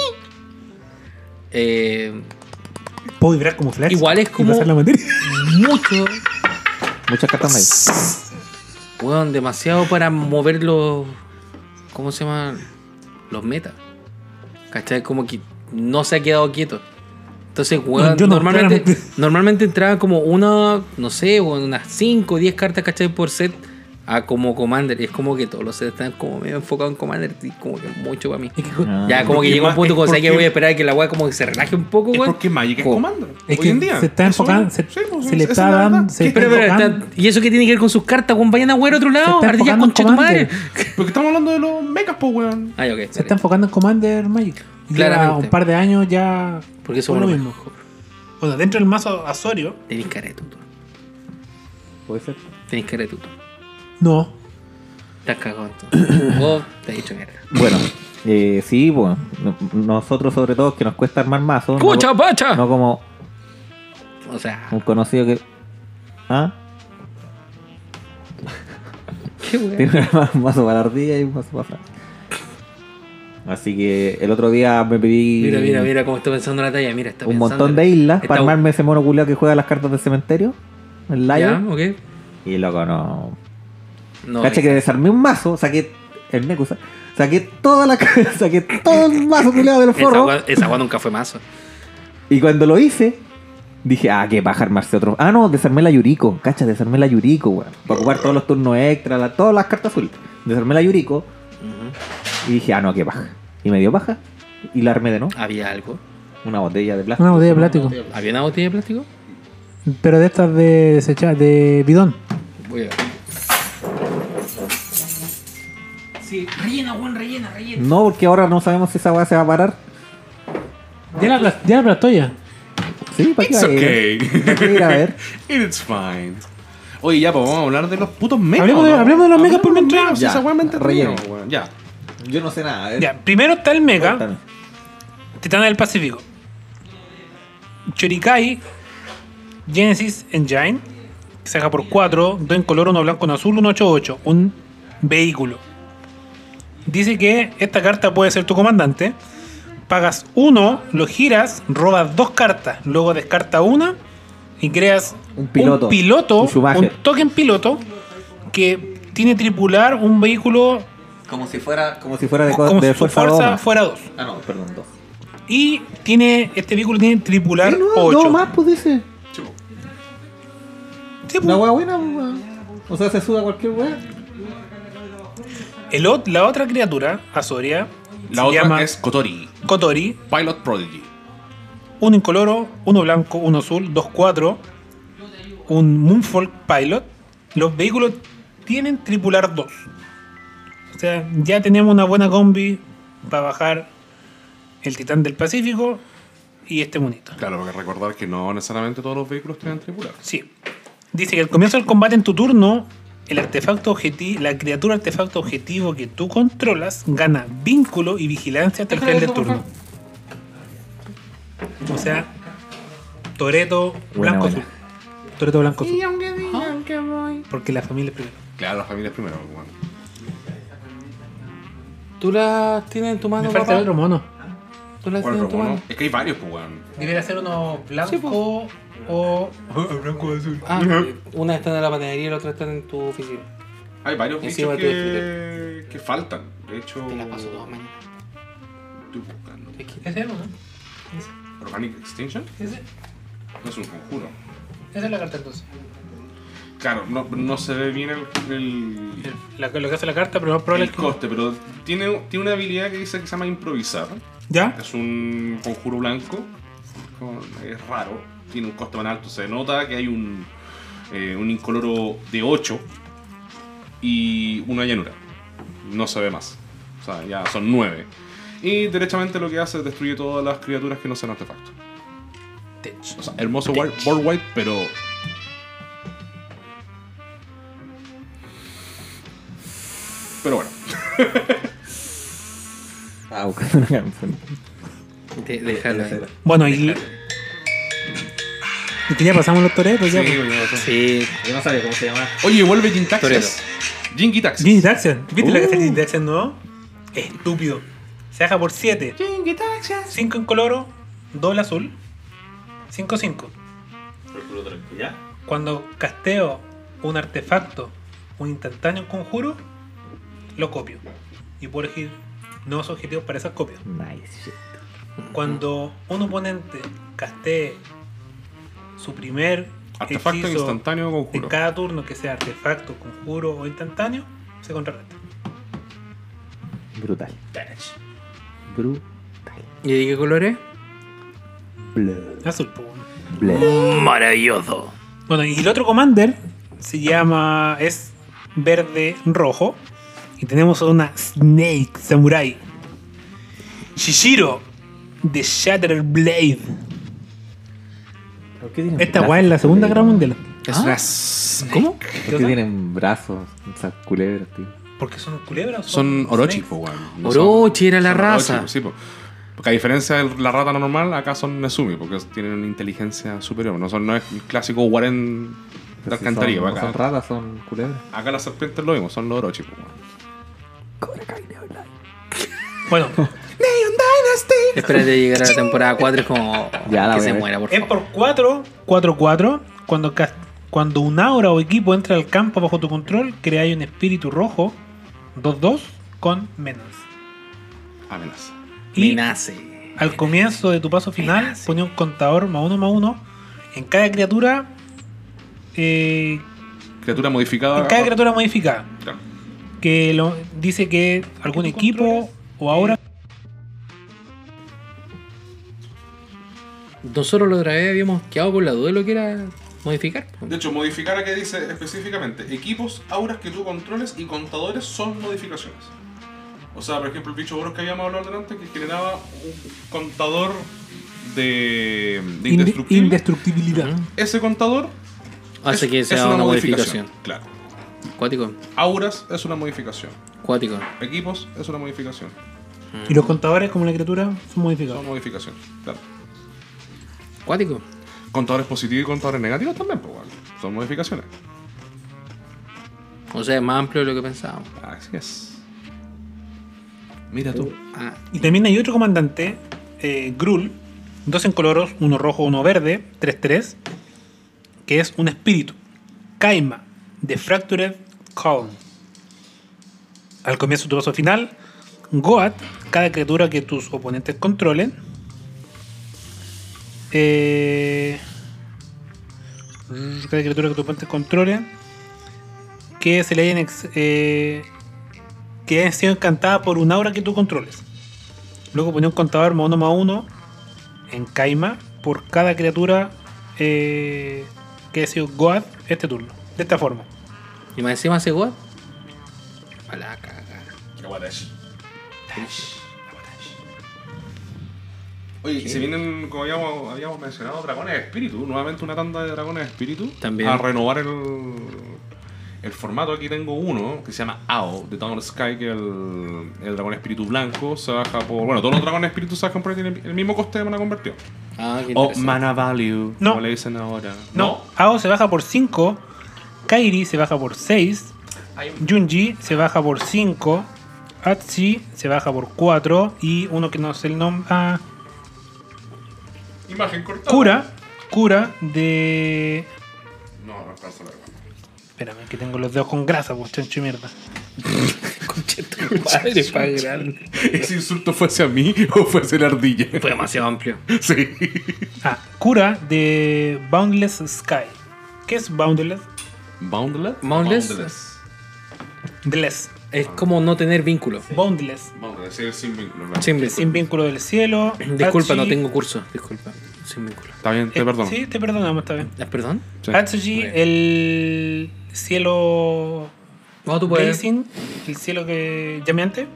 Eh,
Puedo vibrar como Flash.
Igual es
y
como-
pasar la materia.
mucho.
Muchas cartas Magic.
Weón, demasiado para mover los. ¿Cómo se llama? Los metas. ¿Cachai? Como que no se ha quedado quieto. Entonces, weón,
No, yo no,
normalmente,
claramente.
normalmente entraba como una, no sé, weón, unas 5 o 10 cartas, ¿cachai? Por set a como Commander. Y es como que todos los sets están como medio enfocados en Commander. Y como que es mucho para mí.
Es que-
Ah.
ya, como que
porque
llegó un
ma-
punto
es
como ¿sabes que
porque-
voy a esperar a que la weá como que se relaje un poco,
Es
weón.
porque Magic es
Jo.
comando.
Es
hoy
que
en día.
se está
Eso
enfocando-
es.
se-
pues,
se le
esa
está
es la
dando-
verdad.
se-
¿Qué-
Pero, pero,
enfocando.
está- ¿y eso qué tiene que ver con sus cartas, weón? Vayan a huear a otro lado,
está
ardillas
enfocando en
con tu madre.
Commander.
Porque estamos hablando de los mechas, pues, weón.
Ay, ok.
Se está enfocando en Commander Magic. Lleva
Claramente.
un par de años ya.
Porque
por
somos lo
lo
mismo.
mismo. Bueno, dentro del mazo Azorio.
Tenés cara de tuto.
Puede ser.
Tenés cara de tuto.
No.
Estás cagado entonces. Vos te has hecho mierda.
Bueno, eh, sí, bueno, no- nosotros sobre todo que nos cuesta armar mazos. no-
¡Cucha, pacha!
No como
O sea,
un conocido que. ¿Ah?
qué weón.
Tiene un mazo para la ardilla y un mazo para Fran. Así que el otro día me pedí
Mira, mira, mira cómo está pensando la talla. Mira, está
un
pensando
montón
la-
de islas
está-
para armarme ese mono culiao que juega las cartas del cementerio. El
¿Ya?
Lion.
¿Ok?
Y loco, no.
No.
Cacha que desarmé un mazo, saqué el Necusa. Saqué toda la saqué todo el mazo culiado del
esa,
forro.
agua, esa agua nunca fue mazo.
Y cuando lo hice, dije, ah, que baja armarse otro. Ah, no, desarmé la Yuriko, cacha, desarmé la Yuriko, weón. Para ocupar todos los turnos extra, la- todas las cartas azules. Desarmé la Yuriko, Y dije, ah, no, qué paja. Y me dio paja y la armé de no.
Había algo.
Una botella de plástico.
Una botella de plástico.
¿Había una botella de plástico?
Pero de estas de desechar, de bidón.
Voy a ver.
No, porque ahora no sabemos si esa weá se va a parar.
Ya la, aplas- ya la aplastó ya.
Sí, ¿para qué
It's
va a ir? eh?
okay.
¿Para qué ir a ver?
It's fine. Oye, ya, pues vamos a hablar de los putos megas.
Hablemos de-
¿no?
hablemos de los megas por
de los
mientras.
megas,
Ya,
Esa weá me entretiene,
relleno.
weón. Ya.
Yo no sé nada.
Ya, primero está el Mega, Titana del Pacífico. Chorikai, Genesis Engine, que se haga por 4, 2 en color, uno blanco, uno azul, 188, un vehículo. Dice que esta carta puede ser tu comandante. Pagas 1, lo giras, robas dos cartas, luego descarta una y creas
Un piloto.
un, piloto,
Un Schumacher.
un token piloto que tiene tripular un vehículo
Como si fuera, como si fuera de, co-
como
de
si su
fuerza,
fuerza
Doma.
fuera 2.
Ah, no, perdón, dos.
Y tiene, este vehículo tiene tripular
Eh, no,
8.
no más, pues dice.
Sí, pues.
Una weá buena, pues, weá. O sea, se sube a cualquier weá.
El ot- la otra criatura, Azoria,
La
se
otra
llama
es Kotori,
Kotori.
Pilot Prodigy.
Uno incoloro, uno blanco, uno azul, dos cuatro. Un Moonfolk Pilot. Los vehículos tienen tripular 2. O sea, ya tenemos una buena combi para bajar el Titán del Pacífico y este monito.
Claro, porque recordar que no necesariamente todos los vehículos tienen tripular.
Sí. Dice que al comienzo del combate en tu turno, el artefacto objetivo, la criatura artefacto objetivo que tú controlas gana vínculo y vigilancia hasta el final del turno. O sea, Toreto
Buena,
blanco
buena.
azul. Toreto blanco azul. Porque la familia es primero.
Claro, las familias primero, pues, weón.
¿Tú las tienes en tu mano,
Me falta
papá?
el otro mono.
¿Tú las
Bueno,
tienes en
pero
tu
bueno,
mano?
es que hay varios, pues, weón.
Debería ser uno blanco o. blanco azul.
Ah, una está en la panadería y la otra está en tu oficina.
Hay varios
Encima
bichos
de tu
que, que faltan. De hecho,
Te la paso todas mañana.
estoy buscando.
Es que-
Ese es uno.
Organic Extinction
Ese-
no es un conjuro.
Esa es la carta entonces.
Claro, no, no se ve bien el, el,
La- lo que hace la carta, pero más probable
el
es que.
coste, pero tiene, tiene una habilidad que dice que se llama improvisar.
¿Ya?
Es un conjuro blanco. con- Es raro. Tiene un coste más alto. Se nota que hay un, eh, un incoloro de 8 y una llanura. No se ve más. O sea, ya son 9. Y derechamente lo que hace es destruir todas las criaturas que no sean artefactos.
Tech.
O sea, hermoso war- board white, pero. Pero bueno.
Ah, buscando una canción.
De, déjala ahí.
Bueno, y. Y que ya pasamos los toretos, ya. pues.
Sí,
Yo no sabía cómo se llama.
Oye, vuelve Jin
Toreto.
Taxis. Jinky Taxis.
Jimmy Daxian. pues. ¿Viste la que hace
Uh.
Jimmy Daxian nuevo? Estúpido. Se deja por 7. Cinco en coloro, 2 en azul. 5 5. Cuando casteo un artefacto, un instantáneo, un conjuro, lo copio. Y puedo elegir nuevos objetivos para esas copias.
Nice shit.
Cuando un oponente castee su primer
Artefacto
hechizo
instantáneo
en
conjuro.
cada turno, que sea artefacto, conjuro o instantáneo, se contrarresta.
Brutal. Brutal.
¿Y de qué color es?
Blur.
Azul, po, bueno.
Blur.
Maravilloso.
Bueno, y el otro commander se llama. es verde rojo. Y tenemos a una Snake Samurai. Shishiro de Shattered Blade.
¿Por qué tienen
Esta
brazos?
weá es la Segunda Guerra Mundial.
Es
Ah.
una
¿Cómo?
¿Por qué tienen brazos? Esas culebras, tío. Pues
Porque son culebras.
Son Orochi,
snakes?
po, weón. No son-
Orochi era la
son
raza.
Orochi, sí, po. Porque a diferencia de la rata normal, acá son Nezumi, porque tienen una inteligencia superior. No, son, no es el clásico Warren de
Pero si
alcantarilla.
son-
acá.
no son ratas, son culebras.
acá las serpientes lo mismo, son los Orochi. po, weón.
Bueno,
Espérate de llegar a la temporada 4 es como
Ya la
que
voy a
se
ver.
muera, por
es
favor.
por 4, 4, 4. Cuando, cas- cuando un aura o equipo entra al campo bajo tu control, creáis un espíritu rojo 2-2 con menos.
Amenaza.
Me
Y
nace.
Al comienzo de tu paso final, pone un contador más uno más uno en cada criatura. eh,
Criatura modificada.
en cada criatura modificada.
Claro.
que lo, dice que algún
tú
equipo
controles?
o ahora
Nosotros la otra vez habíamos quedado con la duda de lo que era modificar. po.
De hecho, modificar a que dice específicamente, equipos, auras que tú controles y contadores son modificaciones. O sea, por ejemplo, el bicho boros que habíamos hablado delante que generaba un contador de, de
inde-
indestructible.
indestructibilidad.
Ujú.
Ese contador
Hace
es-
que
es
sea una, modificación.
Claro.
Cuático,
Auras es una modificación.
cuático.
Equipos es una modificación.
Y los contadores, como la criatura, son
Son
modificados.
modificaciones, claro.
Cuático.
Contadores positivos y contadores negativos también, pues bueno, son modificaciones.
O sea, es más amplio de lo que pensábamos.
Así es. Mira tú.
Ah,
Y también hay otro comandante, eh, Grul, dos en coloros, uno rojo, uno verde, 3-3, que es un espíritu, Kaima, de Fractured Calm. Al comienzo de tu paso final, Goat, cada criatura que tus oponentes controlen. eh, cada criatura que tus oponentes controlen. Que se le hayan ex- eh, que hayan sido encantada por un aura que tú controles. Luego ponía un contador más uno más uno en Kaima por cada criatura eh, que ha sido Goat este turno. De esta forma.
y más encima hace God. A la caga.
Oye, y se vienen, como habíamos, habíamos mencionado, dragones de espíritu. Nuevamente una tanda de dragones de espíritu.
También.
A renovar el, el formato. Aquí tengo uno que se llama AO, de Town of Sky, que es el, el dragón espíritu blanco se baja por. Bueno, todos los dragones espíritu se bajan por el, el mismo coste de mana convertido.
Ah, qué
O
interesante.
mana value,
No.
como le dicen ahora.
No, Ao se baja por 5, Kairi se baja por 6, Junji se baja por 5, Atsi se baja por 4 y uno que no sé el nombre. Ah,
Imagen cortada.
Cura. Cura de.
No, no alcanzo la verdad.
Espérame, que tengo los dedos con grasa, pues chancho y mierda.
Conche tu madre, pa' grande.
Ese insulto fue hacia mí o fue hacia la ardilla.
Fue demasiado amplio.
Sí.
Ah, cura de Boundless Sky. ¿Qué es Boundless?
Boundless.
Boundless.
Dless.
Es como no tener vínculo.
Boundless.
Boundless, es sin vínculo. ¿verdad?
Sin vínculo.
Sin vínculo del cielo.
Disculpa,
Atsushi-
no tengo curso. Disculpa. Sin vínculo.
Está bien, te
Eh,
perdono.
Sí, te perdonamos, está bien.
Ah, ¿Perdón?
Sí.
Atsushi,
Muy bien.
el cielo.
No, tú puedes.
Blazing, el cielo que. llameante.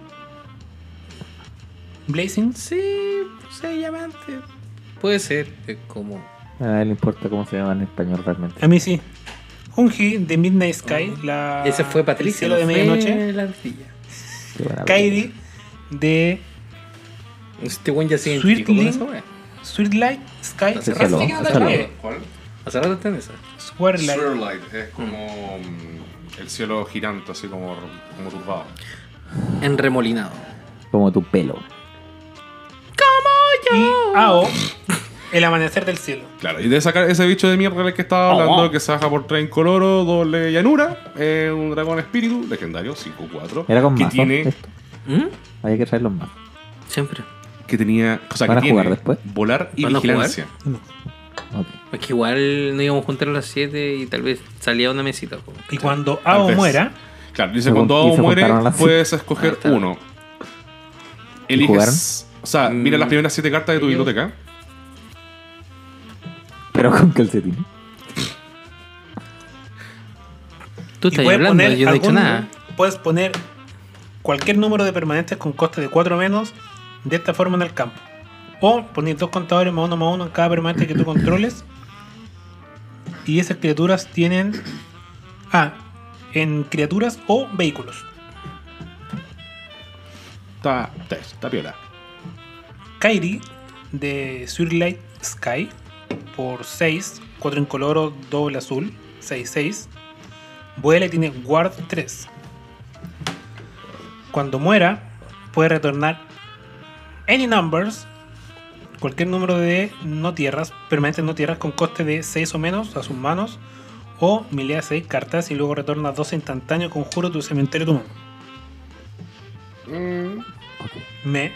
Blazing.
Sí, se llama antes. Puede ser. Es como.
A él le importa cómo se llama en español realmente.
A mí sí. Junji de Midnight Sky. la,
Oh. Ese fue
El
Patricia.
cielo de
no fue
medianoche.
La ardilla.
Qué buena
Kairi de
Este buen ya se
Sweet
identificó con
Link.
esa wea.
Sweetlight Sky.
Está
Hace
cerrado,
rato que no
está
te
eh,
cerrado.
acuerdas.
¿Cuál?
Hace rato está en esa.
Swirlight.
Swirlight, es como mm, el cielo girante, así como, como turbado.
Enremolinado.
película. Como tu pelo.
y AO, El Amanecer del Cielo.
Claro, y de sacar ese bicho de mierda del que estaba
Oh,
hablando,
wow.
que se baja por tren coloro, doble llanura, eh, un dragón espíritu, legendario, 5-4.
Era con
que
mazo
tiene,
esto.
¿Mm?
Había que traer los mazos.
Siempre.
que tenía, o sea,
¿Van
que
a
tiene
jugar después?
volar y
¿Van a jugar?
vigilancia.
Ok.
Es que igual no íbamos a juntar a las 7 y tal vez salía una mesita. po.
Y cuando Ao
vez.
muera,
Claro, dice,
Se
cuando
con- y
Ao
se
muere,
juntaron las-
puedes escoger
Ah, está.
uno. Eliges, o sea, mira
Mm.
las primeras 7 cartas de tu biblioteca.
Pero con calcetín.
Tú
y
estás
puedes
hablando,
poner,
yo no he dicho
algún-
nada.
puedes poner cualquier número de permanentes con coste de 4 menos de esta forma en el campo. O poner dos contadores más uno más uno en cada permanente que tú controles. Y esas criaturas tienen. Ah, en criaturas o vehículos.
Está, está, está piola.
Kairi de Surlight Sky por 6, 4 incoloro, doble azul, 6, 6. Vuela y tiene guard 3. Cuando muera, puede retornar any numbers, cualquier número de no tierras, permanentes no tierras con coste de 6 o menos a sus manos, o milea 6 cartas y luego retorna 12 instantáneos conjuro tu cementerio de tu mano. Me.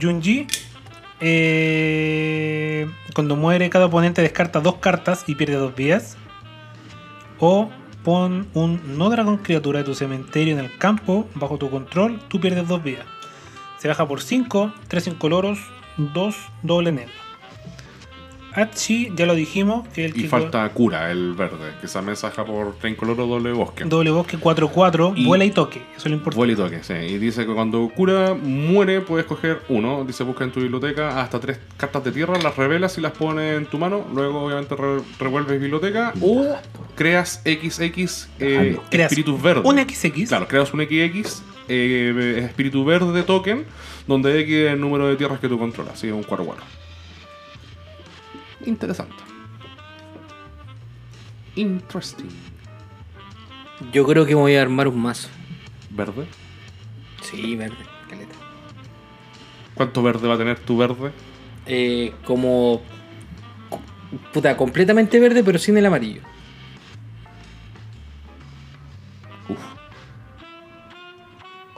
Junji. eh, cuando muere, cada oponente descarta dos cartas y pierde dos vidas. O pon un no dragón criatura de tu cementerio en el campo bajo tu control, tú pierdes dos vidas. Se baja por 5, 3 incoloros, 2 doble negro. Hachi, ya lo dijimos, que es el
Y
que
falta cura, el verde, que se mensaja por Trencoloro Doble Bosque.
doble bosque 4-4,
Y-
vuela y toque. Eso es lo importante.
Vuela y toque, sí. Y dice que cuando cura muere, puedes coger uno. Dice busca en tu biblioteca hasta tres cartas de tierra, las revelas y las pones en tu mano. Luego, obviamente, re- revuelves biblioteca o creas XX eh,
Dejando.
Creas
espíritus verdes.
Un XX.
Claro, creas un XX eh, espíritu verde token, donde X es el número de tierras que tú controlas. Sí, es un 4-4. Interesante. Interesting.
Yo creo que voy a armar un mazo.
¿Verde?
Sí, verde, caleta.
¿Cuánto verde va a tener tu verde?
Eh, como. cu- Puta, completamente verde, pero sin el amarillo.
Uf.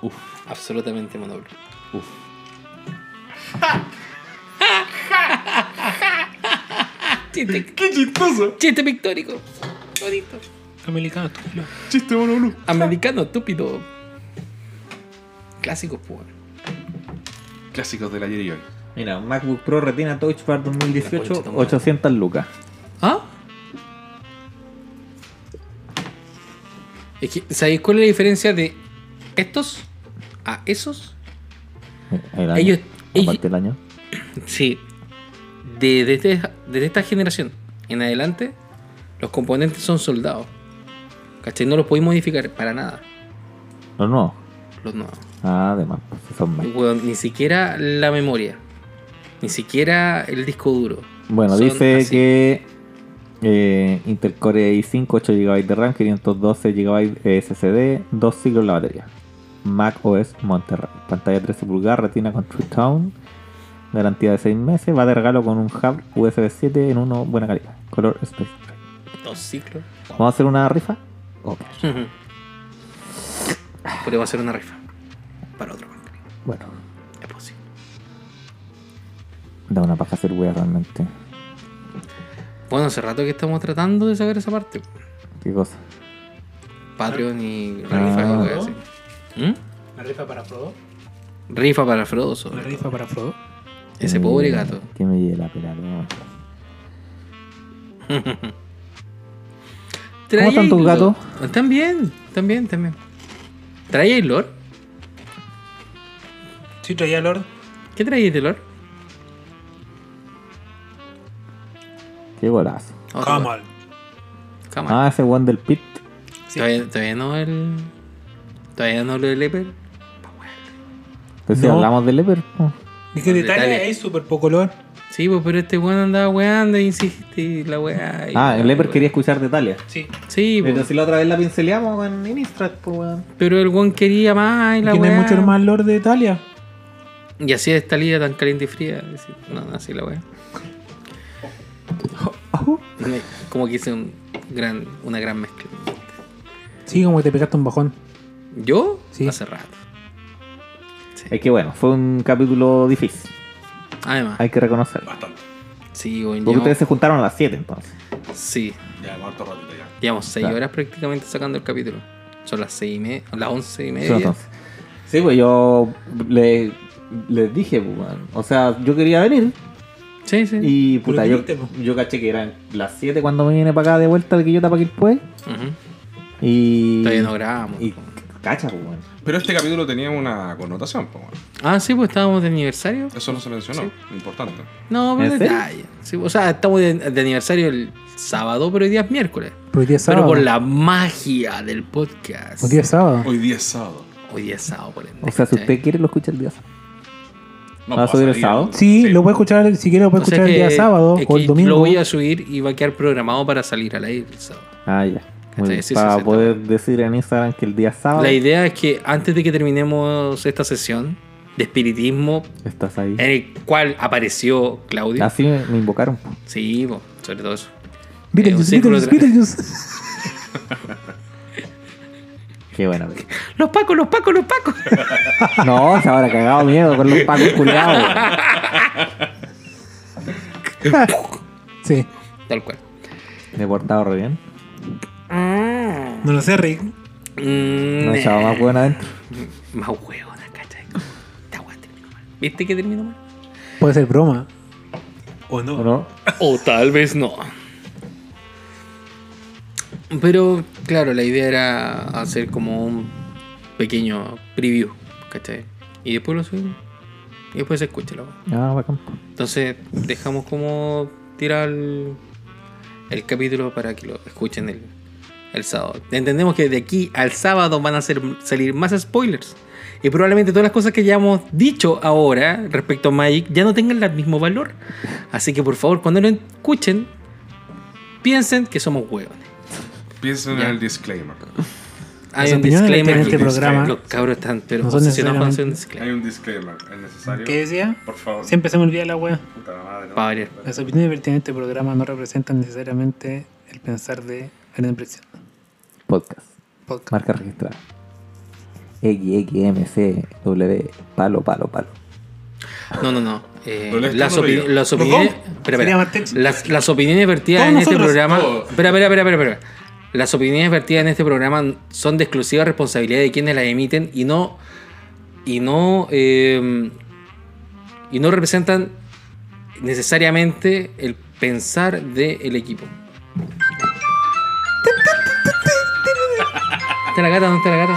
Uf.
Absolutamente monoblo.
Uf.
Chiste,
¡Qué chistoso!
chiste pictórico. Bonito.
Americano, estúpido.
Chiste mono
Americano, estúpido. Clásicos, pues.
Clásicos del ayer y hoy.
Mira, MacBook Pro Retina Touch Bar 2018,
La concha de tu madre.
800 lucas.
¿Ah? Es que, ¿Sabéis cuál es la diferencia de estos a esos?
El año,
Ellos- ellos-
aparte del año.
Sí. De- Desde, esta- desde esta generación en adelante, los componentes son soldados. ¿Cachai? No los podéis modificar para nada.
Los nuevos.
Los nuevos.
Además, pues son más.
Weón, ni siquiera la memoria. Ni siquiera el disco duro.
Bueno,
Son
dice
así.
que eh, Intel Core i5, 8 GB de RAM, 512 GB SSD, 2 siglos la batería. Mac OS Monterrey, pantalla 13 pulgadas, retina con True Town, garantía de 6 meses, va de regalo con un hub USB 7 en uno buena calidad, color Space Gray.
Dos ciclos.
¿Vamos a hacer una rifa? Ok.
Podemos hacer una rifa. Para otro banco.
Bueno,
Es posible.
da una paja hacer wea realmente.
Bueno, hace rato que estamos tratando de sacar esa parte.
¿Qué cosa?
Patreon y
Ah.
rifa. y weas así. ¿Mm?
La rifa para Frodo.
Rifa para Frodo. sobre
La
todo.
rifa para Frodo.
Ese
Que me-
pobre gato.
Eh, Que me lleve la pelada.
¿Cómo
están tus gatos?
Están bien, están bien, están bien. ¿Trae el Lord?
Sí, traía Lord.
¿Qué trae el Lord?
Qué golazo.
Otro
Kamal.
gato. Cámara.
Ah, ese one del pit.
sí.
¿Todavía, todavía no el. Todavía no lo del Leper.
Entonces si
No.
hablamos del Leper. ¿no?
Y que
de
de Italia
Italia.
hay súper poco Lord.
Sí, pues, pero este weón andaba weando y insiste y la weá. y-
Ah, el Leper quería escuchar de Talia.
Sí.
Sí, pues,
Pero si la otra vez la pinceleamos en Inistrat, pues weón.
pero el weón quería más y la
Que no hay
weá.
mucho más Lord de Italia.
Y así de esta liga tan caliente y fría. así- No, no, así la weá. Me- Como que hice un gran, una gran mezcla.
Sí, como que te pegaste un bajón.
¿Yo?
Sí.
Hace rato.
Es que bueno, fue un capítulo difícil,
Además.
hay que reconocerlo.
Bastante.
Sí, weón.
Porque
llevamos-
ustedes se juntaron a las 7 entonces.
Sí,
Ya, cuarto ratito ya.
llevamos 6
Claro.
horas prácticamente sacando el capítulo. Son las 6 y media, las 11 y
Sí,
media.
entonces. Sí, pues yo le- les dije, pues, weón. O sea, yo quería venir
Sí, sí.
y puta,
Pero
yo,
viniste, pues.
yo caché que eran las 7 cuando me viene para acá de vuelta de Quillota para Quilpue.
Ujú.
Y.
Todavía no grabamos.
Y
po.
cacha, pues weón.
Pero este capítulo tenía una connotación, pues bueno.
Ah, sí, pues estábamos de aniversario.
Eso no se mencionó. Importante.
No,
¿En
pero
serio?
detalle. Sí, o sea, estamos de, de aniversario el sábado, pero hoy día es miércoles.
Pero hoy día es sábado.
Pero por la magia del podcast.
Hoy día es sábado.
Hoy día es sábado.
Hoy día es sábado, por ende.
O sea, si usted quiere lo escucha el día. sábado. ¿Va a
pues,
subir el
salir
sábado?
Sí, lo voy a escuchar, si quiere lo voy a
O sea
escuchar el
que-
día sábado
es
o el
que
domingo.
Lo voy a subir y va a quedar programado para salir al aire el sábado.
Ah, ya. Muy
Sí,
bien.
sí, sí,
para
sí,
poder decir en Instagram que el día
Ah.
sábado
La idea es que antes de que terminemos esta sesión de espiritismo,
estás ahí.
en el cual apareció Claudio.
Así me, me invocaron. po.
Sí, po, sobre todo eso.
Beetlejuice,
Eh, un círculo
Beetlejuice,
tra-
Beetlejuice.
Qué buena película.
Los pacos, los pacos, los pacos.
No, se habrá cagado miedo con los pacos culiados. weón.
Sí.
Tal cual.
Me he portado re bien.
Ah.
No lo sé, Rick.
Mm,
No echaba más hueón adentro.
Más huevona, ¿cachai? Esta hueá terminó mal. ¿Viste que terminó mal?
Puede ser broma.
¿O no?
¿O no?
O tal vez no. Pero, claro, la idea era hacer como un pequeño preview, ¿cachai? Y después lo subimos. Y después se escucha la hueá.
Ah, bacán.
Entonces, dejamos como tirar el, el capítulo para que lo escuchen el, el sábado. Entendemos que de aquí al sábado van a ser- salir más spoilers. Y probablemente todas las cosas que ya hemos dicho ahora respecto a Magic ya no tengan el mismo valor. Así que por favor, cuando lo escuchen, piensen que somos huevones.
Piensen
Ya.
en el disclaimer.
Hay
Las
un
opiniones que tiene
disclaimer.
este programa
Los cabros están pero
no son
obsesionados con hacer un
necesariamente-
Hay
disclaimer.
un disclaimer, es necesario.
¿Qué decía?
Por favor.
Siempre se me olvida la wea.
Puta madre, ¿no?
Pa' variar.
Las opiniones pertinentes de este programa no representan necesariamente el pensar de la Impresión.
Podcast.
Podcast.
Marca registrada. XXMC, W, palo, palo, palo.
No, no, no. Eh,
Pero le está
las, opi-
corrido.
las
¿No?
opiniones. espera,
Sería
espera.
Martex.
Las, las opiniones vertidas
Todos
en este
nosotros,
programa.
todos.
Espera, espera, espera, espera, espera. Las opiniones vertidas en este programa son de exclusiva responsabilidad de quienes las emiten y no. Y no. eh, y no representan necesariamente el pensar del equipo. ¿Dónde está la gata? ¿Dónde está la gata?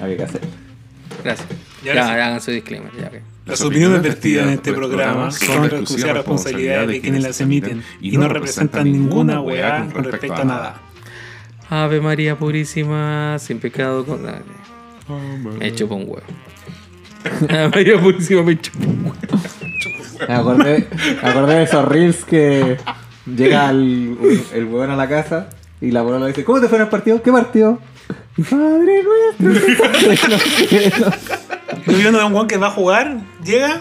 Había que hacer.
Gracias.
Ya
Ya,
ahora sí.
ya hagan su disclaimer. Ya, ok.
Las opiniones vertidas en este programa son de exclusiva responsabilidad de quienes las emiten y no representan ninguna weá con respecto a nada.
Ave María Purísima, sin pecado con nadie. Me chupa un huevo. Ave María Purísima me chupa un huevo.
Me acordé, me acordé de esos reels que llega el, el huevón a la casa y la abuela le dice, ¿cómo te fue en el partido? ¿Qué partido? Padre nuestro. que estás en los cielos".
Estoy viendo a un guan que va a jugar, llega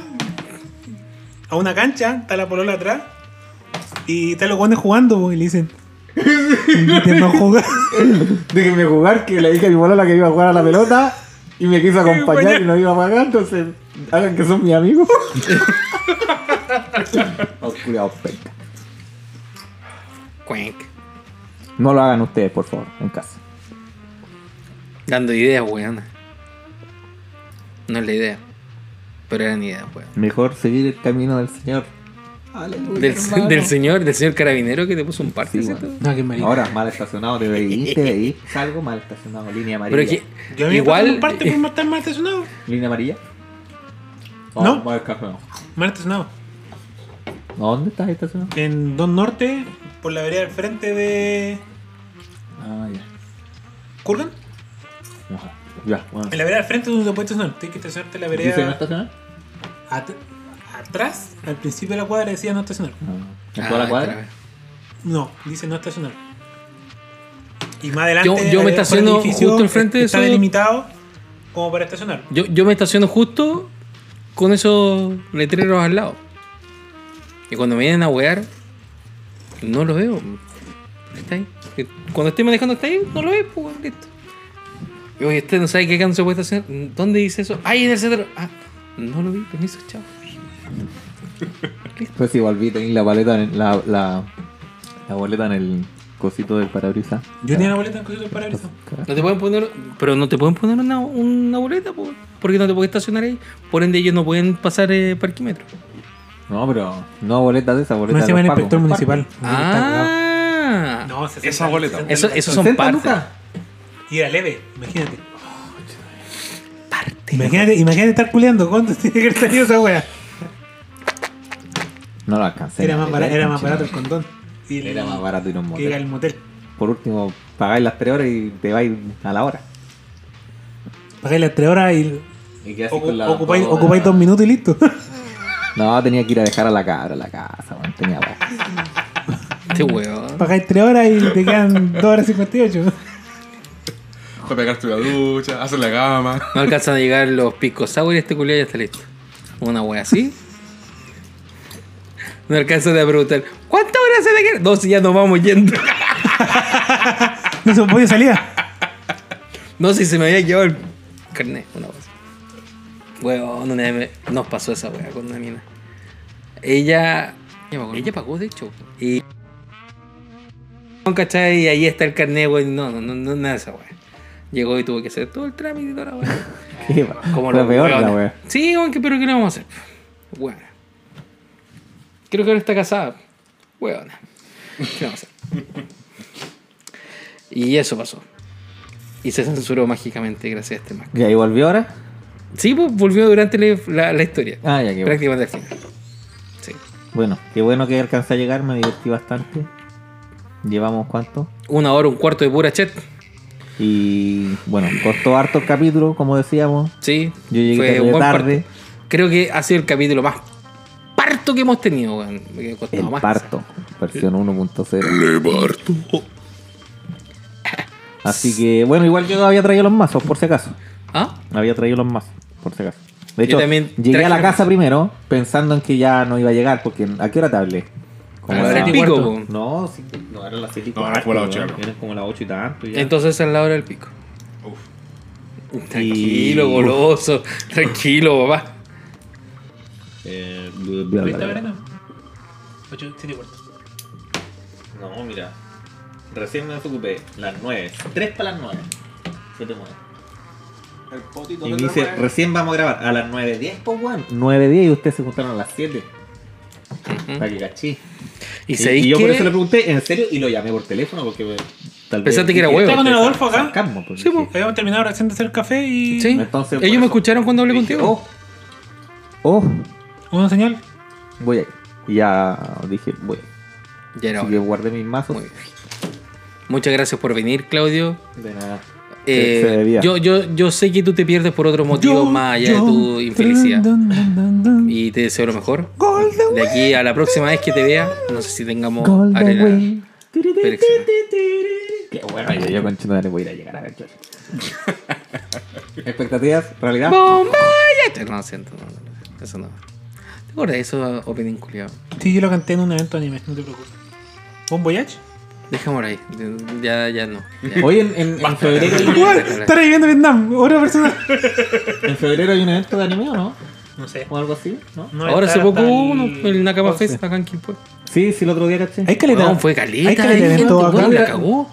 a una cancha, está la polola atrás y está los guanes jugando po, y le dicen: "Inviten a jugar.
Déjenme jugar, que le dije a mi bolola que iba a jugar a la pelota y me quiso
pues
acompañar y no iba a pagar, entonces hagan que son mis amigos. Oh, culiao, penca.
Cuenc.
No lo hagan ustedes, por favor, en casa.
Dando ideas, weón. No es la idea. Pero eran ideas, weón.
Mejor seguir el camino del Señor. Aleluya.
Del,
hermano.
del señor, del señor carabinero que te puso un parte,
Sí,
¿cierto?
weón.
No, qué marica.
Ahora, mal estacionado, te veí, te veí. Salgo mal estacionado, línea
Pero
amarilla.
que,
Yo a mí me
igual.
pasan parte por estar mal estacionado.
¿Línea amarilla?
No.
mal estacionado.
Mal estacionado.
¿A ¿Dónde estás estacionado?
En Don Norte, por la vereda del frente de
Ah, ya.
Kurgan.
Ajá. Ya, bueno.
En la vereda del frente es donde puedes estacionar. Tienes que estacionarte en la
¿Dice no
vereda
estacionar?
at- atrás. Al principio de la cuadra decía no estacionar.
No. ¿En
Ah,
toda la
otra
cuadra?
vez.
No, dice no estacionar. Y más adelante.
Yo- yo me
por el
estaciono
edificio
justo enfrente de
Está
eso.
delimitado como para estacionar.
Yo, yo me estaciono justo con esos letreros al lado. Y cuando me vienen a wear, no los veo. Está ahí. Cuando estoy manejando está ahí, no lo veo, pues weón, listo. Y oye, usted no sabe qué canto se puede estacionar. ¿Dónde dice eso? Ahí en el centro. Ah, no lo vi, permiso, chao.
Pues igual vi tenéis la paleta en la, la, la boleta en el cosito del parabrisas.
Yo tenía la boleta en cosito del parabrisas.
Cagá.
No te pueden poner. Pero no te pueden poner una, una boleta, pues, porque no te puedes estacionar ahí. Por ende, ellos no pueden pasar eh, parquímetro.
No, pero no boletas de esa boleta.
Me
de
llama el
los
inspector
pacos.
municipal.
Ah,
No, 60,
Esa boleta.
60
eso,
lucas.
eso son
60
partes.
lucas.
Y era leve, imagínate. Imagínate, imagínate estar culeando. ¿Cuánto tiene que haber salido esa wea?
No lo alcancé.
Era más, bara- era más
Conchetumare.
barato el condón. Y el-
Era más barato ir a un
Que llega el
motel.
motel.
Por último, pagáis las tres horas y te vais a la hora.
Pagáis las 3 horas y
Y quedas
ocu- ocupáis, ocupáis dos minutos y listo.
No, tenía que ir a dejar a la cabra a la casa, weón. Tenía weón.
Este weón.
Pagáis 3 horas y te quedan 2 horas 58.
Para pegarte la ducha, hacer la cama.
No alcanzan a llegar los picos sour y este culiao ya está listo. Una wea así. No alcanzan a preguntar, ¿cuántas horas se le quedan? No, si ya nos vamos yendo.
No se podía salida.
No, si se me había llevado el carnet. Una wea así. Weón, una vez me- nos pasó esa wea con una mina. Ella Ella pagó, de hecho. Y. No, ¿cachai? Y ahí está el carnet, güey. No, no, no, no, nada de esa, güey. Llegó y tuvo que hacer todo el trámite y toda la weá.
Qué va- fue
los
peor la
weones.
wea.
Sí, weón, que- pero ¿qué le vamos a hacer? Weón. Creo que ahora está casada. Weón. ¿Qué vamos a hacer? Y eso pasó. Y se censuró mágicamente gracias a este más.
¿Y ahí volvió ahora?
Sí, pues, volvió durante la, la- la historia.
Ah, ya, qué bueno.
Prácticamente al final. Sí.
Bueno, qué bueno que alcancé a llegar, me divertí bastante. Llevamos cuánto.
Una hora, un cuarto de pura chat.
Y bueno, costó harto el capítulo, como decíamos.
Sí.
Yo llegué
fue
tarde,
buen parto.
tarde.
Creo que ha sido el capítulo más parto que hemos tenido, weón. Me ha costado
El
más.
parto, versión 1.0.
Le parto.
Así que, bueno, igual yo había traído los mazos, por si acaso.
¿Ah?
Había traído los mazos, por si acaso. De
Yo
hecho,
también
llegué
traje
a la
los
casa
mazos.
primero pensando en que ya no iba a llegar, porque ¿a qué hora te hablé?
A
Ah,
las
la-
el
siete y
pico,
cuarto.
po.
No, sí, no, eran las 7 y
No, era como las
cuarto,
ocho,
¿no?
ya.
Eran como las 8 y tanto. ya.
Entonces es la hora del pico.
Uf.
Tranquilo,
Y-
goloso. Tranquilo, papá.
Eh, bla, bla,
¿Viste,
bla, bla.
Brandon? Ocho, siete y cuarto.
No, mira. Recién me desocupé. Las 9. 3 para las 9. 7 9.
El potito
Y
de
me dice,
la-
recién vamos a grabar a las 9.10, pues weón. 9.10 y ustedes se juntaron a las 7. Para que cachí.
Y, se
yo por eso le
que...
pregunté en serio y lo llamé por teléfono porque me- tal vez-
Pensaste que era huevo.
Estaba
Estaba con el Adolfo acá.
sarcasmo, pues,
Sí,
dije,
Habíamos terminado recién de hacer café y.
Sí.
Entonces, por
Ellos
eso-
me escucharon cuando hablé
dije,
contigo.
Oh, oh,
Una señal.
voy ahí. Y ya dije, voy.
Ya era
Así que
hora.
guardé mis mazos.
Muy bien. Muchas gracias por venir, Claudio.
De nada.
Eh,
Se- se debía.
yo, yo, yo sé que tú te pierdes por otros motivos más allá de tu infelicidad.
Dun, dun, dun, dun.
Y te deseo lo mejor.
Golden
De aquí a la próxima vez que te vea, no sé si tengamos
Golden
arena.
Way.
Pero
Qué bueno, yo, yo con Chino le voy a ir a llegar a ver George. Expectativas, realidad.
¡Bombaya! No, siento, no, no, eso no. ¿Te acuerdas de eso, opening culiado?
Sí, yo lo canté en un evento anime, no te preocupes. ¿Bon Voyage?
Dejémoslo ahí. Ya, ya no. Ya.
Hoy en, en- en febrero, hay-
Igual, estaré viviendo Vietnam, otra persona.
en febrero hay un evento de anime o no?
No sé.
O algo así, ¿no?
No
Ahora se
estar hasta
poco uno, el Nakama
11.
Fest acá en Quilpue.
Sí, sí, el otro día caché.
Hay caleta.
No, fue caleta.
Hay caleta de
ahí,
evento
gente,
acá.
bueno, la cagó.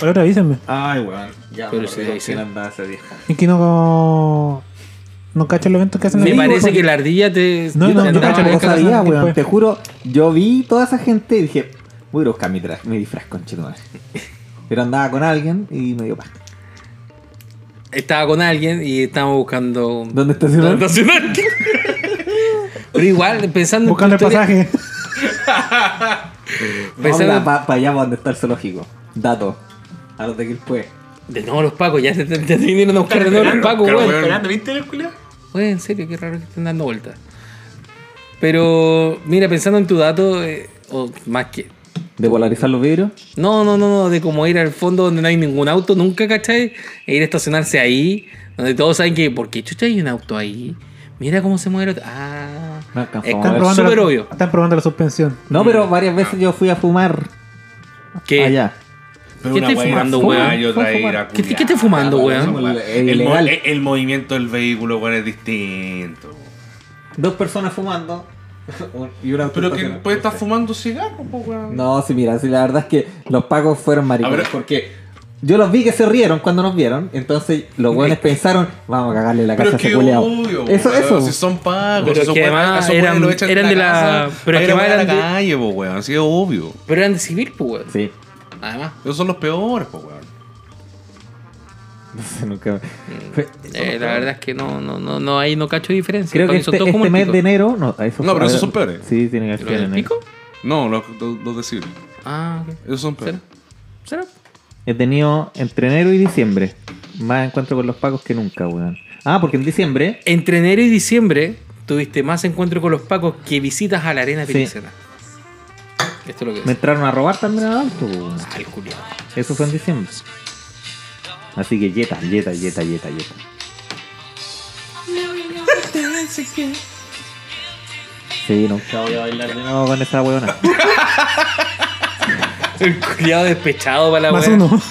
Ahora avísenme.
Ay, weón. Ya,
Pero
me
sí,
acordé con
sí.
quién andaba ese día.
Es que no. No cachan los eventos que hacen
Me
aquí,
parece
porque-
que la ardilla te.
No,
te
no,
andaba
no,
acá
cacho,
en
no
no
casa.
sabía.
sabía,
después.
weón. Te juro, yo vi toda esa gente y dije, voy a ir a buscar mi, tra- mi disfraz, conchetumare. Pero andaba con alguien y me dio paz.
Estaba con alguien y estábamos buscando.
¿Dónde estacionar?
¿Dónde estacionar? Pero igual, pensando. en tu
Buscando el
historia-
pasaje.
Pensando-
Vamos para allá donde está el zoológico. Dato. A los de Quilpue.
De nuevo los pacos, ya se te, te vinieron a buscar de nuevo los pacos,
claro,
weón.
weón.
Esperando, ¿viste el culo?
Oye, en serio, qué raro que estén dando vueltas. Pero, mira, pensando en tu dato, eh, o más que.
De polarizar los vidrios.
No, no, no, no, de como ir al fondo donde no hay ningún auto, nunca, ¿cachai? E ir a estacionarse ahí, donde todos saben que, ¿por qué chucha hay un auto ahí? Mira cómo se mueve el auto. Ah,
No alcanzamos
es
a
Están
ver.
como
probando,
súper
la,
obvio.
están probando la suspensión.
No, pero varias veces yo fui a fumar
¿Qué?
allá.
¿Qué
una
estoy
weá
fumando,
fumar
weón?
y otra
¿Qué-
ir a
¿Qué, te-
culiar.
qué estás fumando, weón?
El- el
El, mo-
ilegal.
el- el movimiento del vehículo, weón, es distinto.
Dos personas fumando. y una
Pero que
persona-
puede estar fumando cigarros, po, weón.
No, sí, mira, sí, la verdad es que los pagos fueron maricones
A ver.
porque yo los vi que se rieron cuando nos vieron, entonces los buenos pensaron, vamos a cagarle la
Pero
casa a
es que
ese culeado.
obvio,
Eso,
weón,
eso.
Si son pagos,
Pero
si son
que
buenas-
además
son buenas,
eran-
lo echan en
eran de la-
casa,
pero
para
que
ir a
más
wear a la
eran de-
calle, po, weón. Así es obvio.
Pero eran de civil, pues, weón.
Sí.
Además.
Esos son los peores, po, weón.
Nunca- Fue-
Eh, la verdad es que no, no, no, no, ahí no cacho diferencia.
Creo
Para
que
mí son
este,
todos como
este
el
mes este
pico.
de enero. No, esos-
No, pero
a
esos
ver,
son peores.
Sí, tienen que
¿Lo
ser en
del pico?
enero.
No, los, los, los de Civil.
Ah, ok.
Esos son peores.
¿Será? ¿Será?
He tenido entre enero y diciembre más encuentro con los pagos que nunca, weón. Ah, porque en diciembre.
Entre enero y diciembre tuviste más encuentro con los pacos que visitas a la arena
Sí.
Pinicena. Esto es lo que
Me
es.
entraron a robar también al auto, weón.
Ah, el culiao.
Eso fue en diciembre. Así que yeta, yeta, yeta, yeta, yeta. Sí, nunca voy a bailar de nuevo con esa huevona.
El culiao despechado para la
Más
wea.
uno.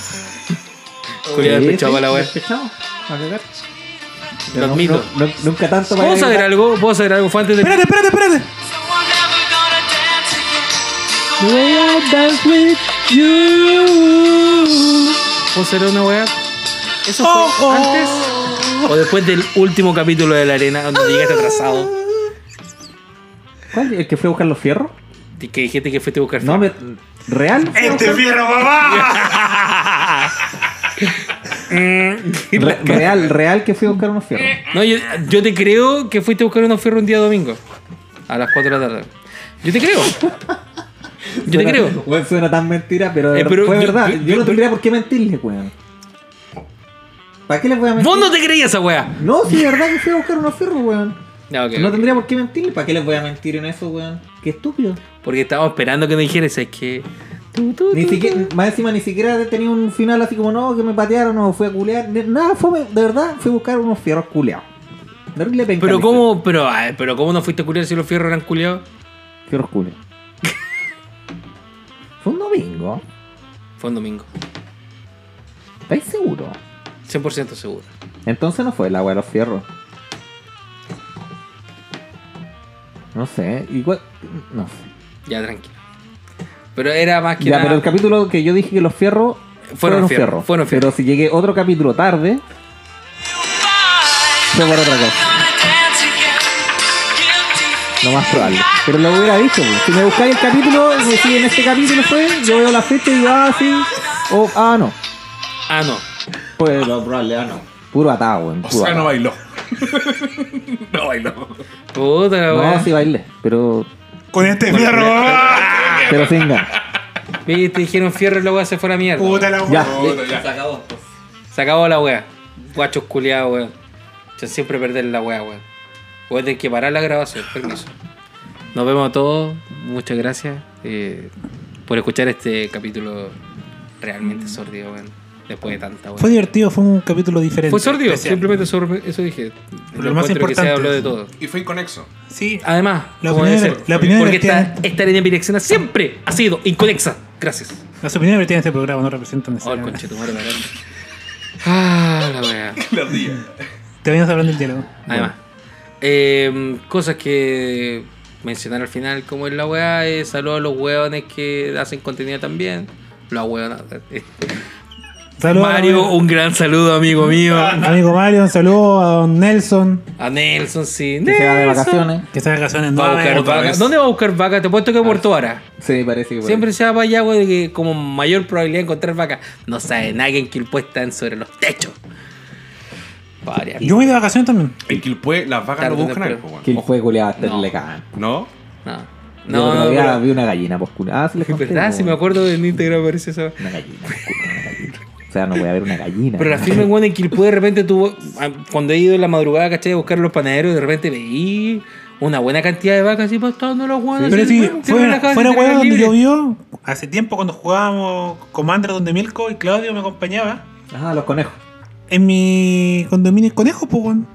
Culiao despechado para la wea.
Despechado, a cagar.
Lo admito.
nunca tanto para
¿Puedo saber algo? ¿Puedo saber algo? Fue antes de.
Espérate, espérate, espérate.
So I'm never gonna
The way I dance with you. ¿O será una weá? ¿Eso fue antes? ¿O después del último capítulo de La Arena, donde llegaste atrasado?
¿Cuál? ¿El que fue a buscar los fierros?
Y que dijiste que fuiste a buscar
No, me... ¿Real?
¡Este fierro, papá!
Mm. Re- real, real que fui a buscar unos fierros.
No, yo, yo te creo que fuiste a buscar unos fierros un día domingo. A las 4 de la tarde. Yo te creo. Yo te
Suena-
creo.
Weón, suena tan mentira, pero, de
Eh,
ver-
pero
fue
yo-
verdad.
yo-
Yo,
yo-
no tendría por qué mentirle, weón. ¿Para qué les voy a mentir?
Vos no te creías esa weá.
No, sí, de verdad que fui a buscar unos fierros, weón.
No, ok,
No
ok.
tendría por qué mentirle. ¿Para qué les voy a mentir en eso, weón? Qué estúpido.
Porque estábamos esperando que nos dijeras, es que. tú, tú,
Ni
tú,
siquiera, más encima ni siquiera tenía un final así como no, que me patearon o fui a culear. De- Nada, fue, de verdad, fui a buscar unos fierros culeados. Terrible penca,
Pero
mi
cómo, pero, ay, pero cómo no fuiste a culiar si los fierros eran culiados.
fe- Fierros culeados. fue un domingo.
Fue un domingo.
¿Estáis seguros?
100% seguro.
Entonces no fue el agua de los fierros. No sé, igual. No sé.
Ya, tranquilo. Pero era más que
Ya,
nada.
pero el capítulo que yo dije que los fierros
Fueron
fueron,
los fierros,
fierros,
fueron
Pero
fierros.
si llegué otro capítulo tarde, fue por otra cosa. Lo más probable. Pero lo hubiera dicho, pues. si me buscáis el capítulo, si en este capítulo fue, yo veo la fecha y digo, ah, sí. O, ah, no.
Ah, no.
Pues lo probable, ah, no. Puro atado, weón.
O
Puro
sea, no
atado.
bailó. no bailó.
Puta la
No,
weá.
sí bailé, pero.
¡Con este fierro, papá!
Ah,
Pero sin ganas.
Viste, Te dijeron fierro y la weá se fue a la mierda.
¡Puta la
Ya.
weá!
Puta, ya.
Se acabó la weá. Guachos culiados, weón. Yo siempre perder la weá, weón. Voy a tener que parar la grabación, permiso. Nos vemos a todos. Muchas gracias eh, por escuchar este capítulo realmente sordido, weón. Después de tanta weá.
Mm. Fue divertido, fue un capítulo diferente.
Fue sordido,
especial.
simplemente sobre eso dije.
Pero
Yo
lo más
encuentro que se
importante
habló de
es-
todo.
Y fue inconexo.
Sí, ah,
Además,
La
como
opinión
debe
de-
ser,
la opinión de
porque esta,
Cristian-
esta línea bidireccional siempre ha sido inconexa. Gracias.
las opiniones vertidas en este programa no representan
Oh, el
necesariamente.
conchetumare, la verdad. Ah, la wea.
La ardilla.
Te venías hablando del diálogo.
Además, eh, cosas que mencionar al final, como es la weá, es saludos a los weones que hacen contenido también. La weona.
Saludos
eh, Mario, un gran saludo, amigo mío.
a- amigo Mario, un saludo a don Nelson,
A Nelson, sí.
Que se va de
Nelson.
vacaciones.
que está de vacaciones
Va a buscar
nuevas.
Otra
vaca. Ah,
vez.
¿Dónde va a buscar vaca? Te he puesto que a Puerto Vara.
Sí, parece que por
Siempre se va para allá, güey, de que como mayor probabilidad de encontrar vaca. No saben, alguien que puestan sobre los techos. Varias.
Yo voy de vacaciones también.
En Quilpué las vacas
Tarde
no buscan
temprano.
algo, weón.
ahí. ¿Quién fue culeado hasta
No.
el lecan?
¿No?
No,
Yo
no,
otro
no.
día
pero-
vi una gallina posculada. Ah, sí, les
Es
conté,
verdad,
po,
si me
weón.
acuerdo del Instagram aparece eso.
Una gallina, posculada, una gallina. O sea, no voy a ver una gallina.
Pero la firma, güey, en Quilpú de repente tuvo. ah, Cuando he ido en la madrugada, ¿cachai? A buscar los panaderos, de repente veí una buena cantidad de vacas así pastando los güeyes.
Pero
así,
sí,
güey, tienen
fuera,
la casa,
fuera
tienen
hueá
la
donde
libre.
llovió, hace tiempo cuando jugábamos Commander donde Milko y Claudio me acompañaba,
Ah, los conejos.
en mi condominio conejo, pues, weón.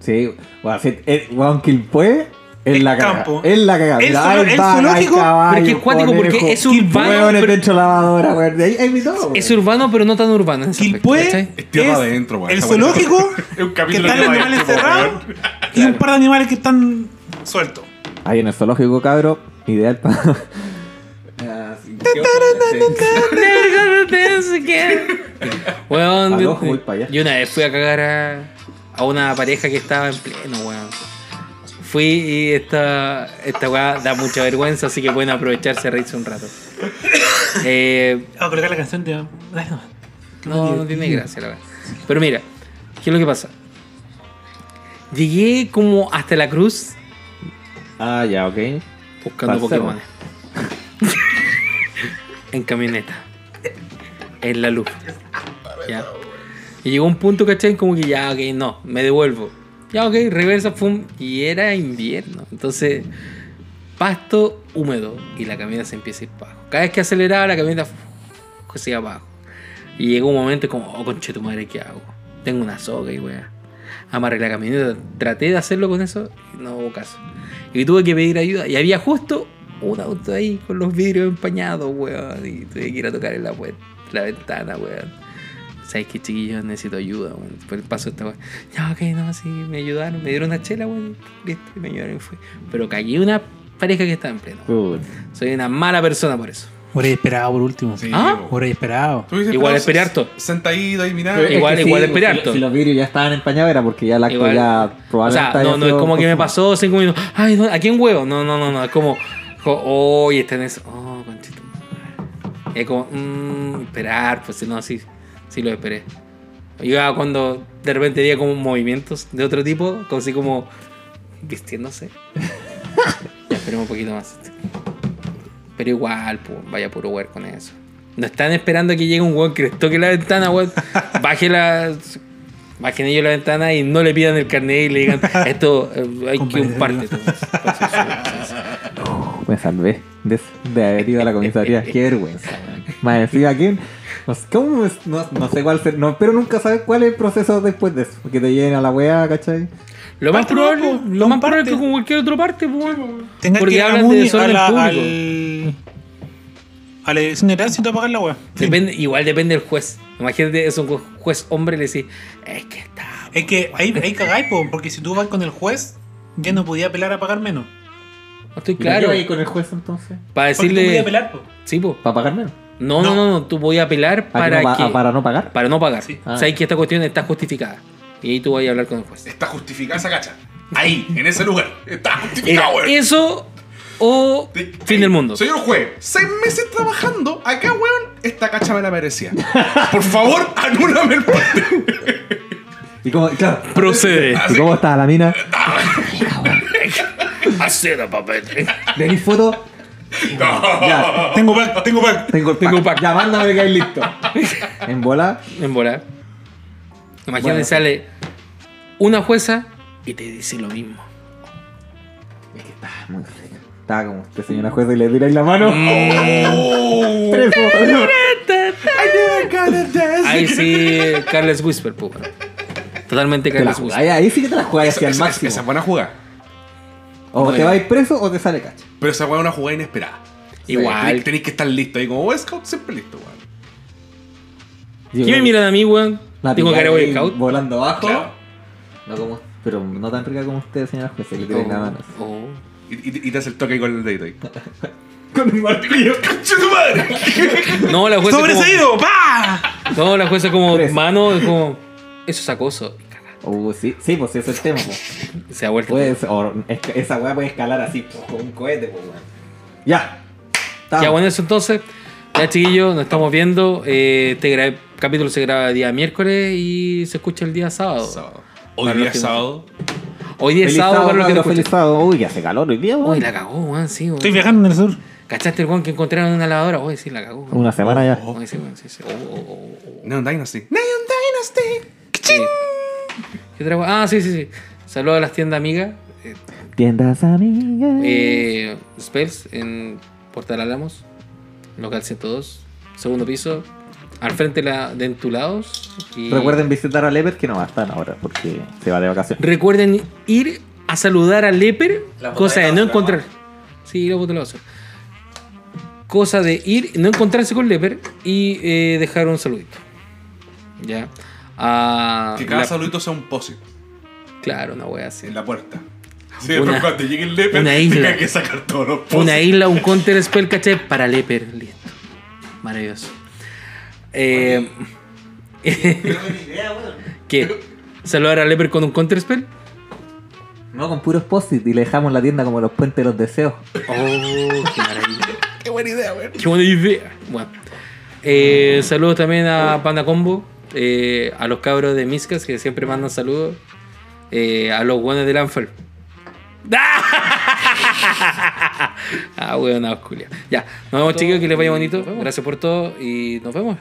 Sí, bueno, sí, eh, weón, Quilpué es
El
la
campo.
cagada. Es la cagada.
El
Mira,
zoolo-
hay
el
vacas, hay
zoológico,
caballos,
pero es que es cuático porque
conejos,
es urbano,
Weón, el
pero-
techo lavadora, weón. Ahí ahí vi todo.
Es urbano, pero no tan urbano. en ese aspecto,
Quilpue
¿cachai?
Es tierra adentro, weón.
el
Esa weá.
zoológico,
Es un
que
capítulo
están
de
los
tierra
animales
adentro,
cerrados
weón.
y un par de animales que están sueltos.
Ahí en el zoológico, cabro. Ideal para.
Never gonna dance again. Weón,
Al
yo-
ojo voy pa' allá.
yo una vez fui a cagar a, a una pareja que estaba en pleno, weón. Fui y esta, esta weá da mucha vergüenza, así que pueden aprovecharse a reírse un rato. Eh,
Vamos a colocar la canción de... Ay, no.
no, no tiene gracia la verdad. Pero mira, ¿qué es lo que pasa? Llegué como hasta la cruz
Ah, ya, ok.
buscando
Parcero.
Pokémon. en camioneta. En la luz. Ya. Y llegó un punto, ¿cachai? Como que ya, ok, no, me devuelvo. Ya, ok, reversa, pum. Y era invierno. Entonces, pasto húmedo. Y la camioneta se empieza a ir para abajo. Cada vez que aceleraba, la camioneta fu- se iba para abajo. Y llegó un momento como, oh, conche tu madre, ¿qué hago? Tengo una soga y weá. Amarré la camioneta, traté de hacerlo con eso y no hubo caso. Y tuve que pedir ayuda. Y había justo un auto ahí con los vidrios empañados, weón. Y tuve que ir a tocar en la, pue- la ventana, weón. ¿Sabes qué, chiquillos? Necesito ayuda, weón. Después pasó esta weón. Ya, ok, no, sí, me ayudaron. Me dieron una chela, weón. Listo, y me ayudaron y fue. Pero cagué una pareja que está en pleno.
Puta.
Soy una mala persona por eso.
Hubiera esperado por último.
Sí,
¿Ah?
po.
Hubiera esperado.
Tú dices,
Igual
pero
esperé
se-
harto.
Sentadito y mirando.
Pero- eh, Igual-
Es que
igual
sí, pues,
es pelear,
si-
todo.
Si los vidrios ya estaban en pañavera, porque ya la
Igual-
ya
o sea,
probablemente.
no,
haya
no es
sido
como que me
consumada.
pasó cinco minutos. Ay, no, aquí en huevo. No, no, no, no. Es como, jo- oye, está en eso. Oh, conchito. Es como, mm, esperar, pues no, sí, sí lo esperé. Yo ah, cuando de repente veía como movimientos de otro tipo, como así como vistiéndose. ya esperemos un poquito más. Pero igual, pues, vaya puro weón con eso. No están esperando que llegue un weón que les toque la ventana, weón. Baje la. Bajen ellos la ventana y no le pidan el carnet y le digan, esto eh, hay que un parte. entonces.
Me salvé de, de haber ido a la comisaría. Qué vergüenza, weón. Más encima, ¿quién? No, sé- ¿cómo es? No- no sé cuál ser. No, espero nunca saber cuál es el proceso después de eso. Que te lleguen a la weá, ¿cachai?
Lo más
Parte,
probable,
po,
lo
parte.
más probable es que con cualquier otro parte, po, weón.
Tenga que
porque
ir a la,
hablan de
muni- a
desorden
la,
público.
al, a la dirección de tránsito a pagar la weá.
Depende- igual depende del juez. Imagínate, es un ju- juez hombre y le decís, es que está.
Es que ahí, ahí cagáis, po, porque si tú vas con el juez, ya no podía apelar a pagar menos.
No estoy
¿Y para qué
claro.
va a ir con el juez entonces?
Para
Porque tú podías
decirle.
apelar, po.
Sí, po.
¿Para pagar menos?
No,
No.
no, no, no, tú podías apelar
¿A que
para
no pa-
que.
a- Ah. ¿Para no pagar?
para no pagar.
Sí.
Sabes que esta cuestión está justificada. Y ahí tú vas a hablar con el juez.
Está justificada esa cacha. Ahí, en ese lugar. Está
Era
justificada, weón.
eso o
Sí,
eh, fin
sí.
del mundo.
Señor juez, seis meses trabajando acá, weón. Esta cacha me la merecía. Por favor, anúlame el parte.
¿Y cómo, claro,
Procede.
¿y cómo está la mina?
Hacer papel.
¿Venís foto? Ya,
Tengo pack, tengo pack.
tengo el pack.
Tengo pack.
Ya, mándame que hay listo. En bola.
En volar. Imagínate,
Bueno.
sale una jueza y te dice lo mismo.
Muy rica. Estaba como usted, señora jueza, y le tiráis la mano.
Mm.
Oh,
Eh,
Preso.
Ahí sí, Carles Whisper, po, weón. Totalmente
Te la
Carles
jugáis,
Whisper.
ahí sí que te la jugáis hacia el
Esa- Esa
máximo.
esa es buena jugada.
O
No,
te
ya.
vais preso o te sale cacha.
Pero esa weón es una jugada inesperada.
Igual.
Tenéis, tenéis que estar listo. Ahí como Boy Scout, siempre listo, weón.
¿Qué me miran a mí, weón?
La
Tengo
pilláis
cara de Boy
ahí
Scout.
Volando abajo.
Claro.
No como, pero no tan rica como usted, señora jueza, y le tiráis la mano.
Oh, oh.
Y, y- y te hace el toque ahí con el dedito ahí.
Con un martillo.
¡Concha tu madre!
No, la jueza. como-
¡Sobreseído! ¡Pa!
No, la jueza como
Preso.
mano, es como. Eso es acoso.
Uh, sí, sí, pues ese es el tema. pues.
Se ha vuelto.
Puedes- o esca- esa weá puede escalar así, pues, con un cohete, pues, weón. Ya. Estamos.
Ya, bueno, eso entonces. Ya, chiquillos, nos estamos viendo. Eh, este gra- capítulo se graba día miércoles y se escucha el día sábado.
Sábado. Hoy
Para los
día
que
es
no-
sábado.
Hoy día es
Feliz
sábado, para los que no
cabros, feliz
escuchan.
sábado. Uy, hace calor hoy día,
Uy,
weón.
la cagó, weón, sí, weón.
Estoy viajando en el sur.
¿Cachaste el weón que encontraron en una lavadora? Uy, sí, la cagó. weón.
Una semana ya.
Uy, sí, weón, sí, sí. Oh, oh, oh, oh.
Neon Dynasty. Neon Dynasty.
¿Qué otra weón? Ah, sí, sí, sí. Saludos a las tiendas amigas. Eh,
Tiendas amigas.
eh, Spells en Portal Álamos, local 102, segundo piso. Al frente la, de Entulados. Y
Recuerden visitar a Lever que no va a estar ahora porque se va de vacaciones.
Recuerden ir a saludar al Leper,
La botella
cosa de
de
no
basura,
encontrar. Sí, la botella de basura. Cosa de ir, no encontrarse con Leper y eh, dejar un saludito. Ya. A
Que cada
la-
saludito sea un pose
Claro, una wea así.
en la puerta. Sí,
Una-
pero cuando llegue el leper,
una isla.
tenga que sacar todos los poses.
Una isla, un counter spell, caché, para Leper. Listo. Maravilloso. Eh, ¿Qué? ¿Saludar al Leper con un counter spell?
No, con puros posit y le dejamos la tienda como los puentes de los deseos.
Oh, qué maravilla.
Qué buena idea, weón.
Qué buena idea. Bueno. Eh, saludos también a Panda Combo, eh, a los cabros de Miscas que siempre mandan saludos, eh, a los buenos del Anfer. ¡Ah! ah, weón, culia. Ya, nos vemos chicos, que les vaya bonito. Gracias por todo y nos vemos.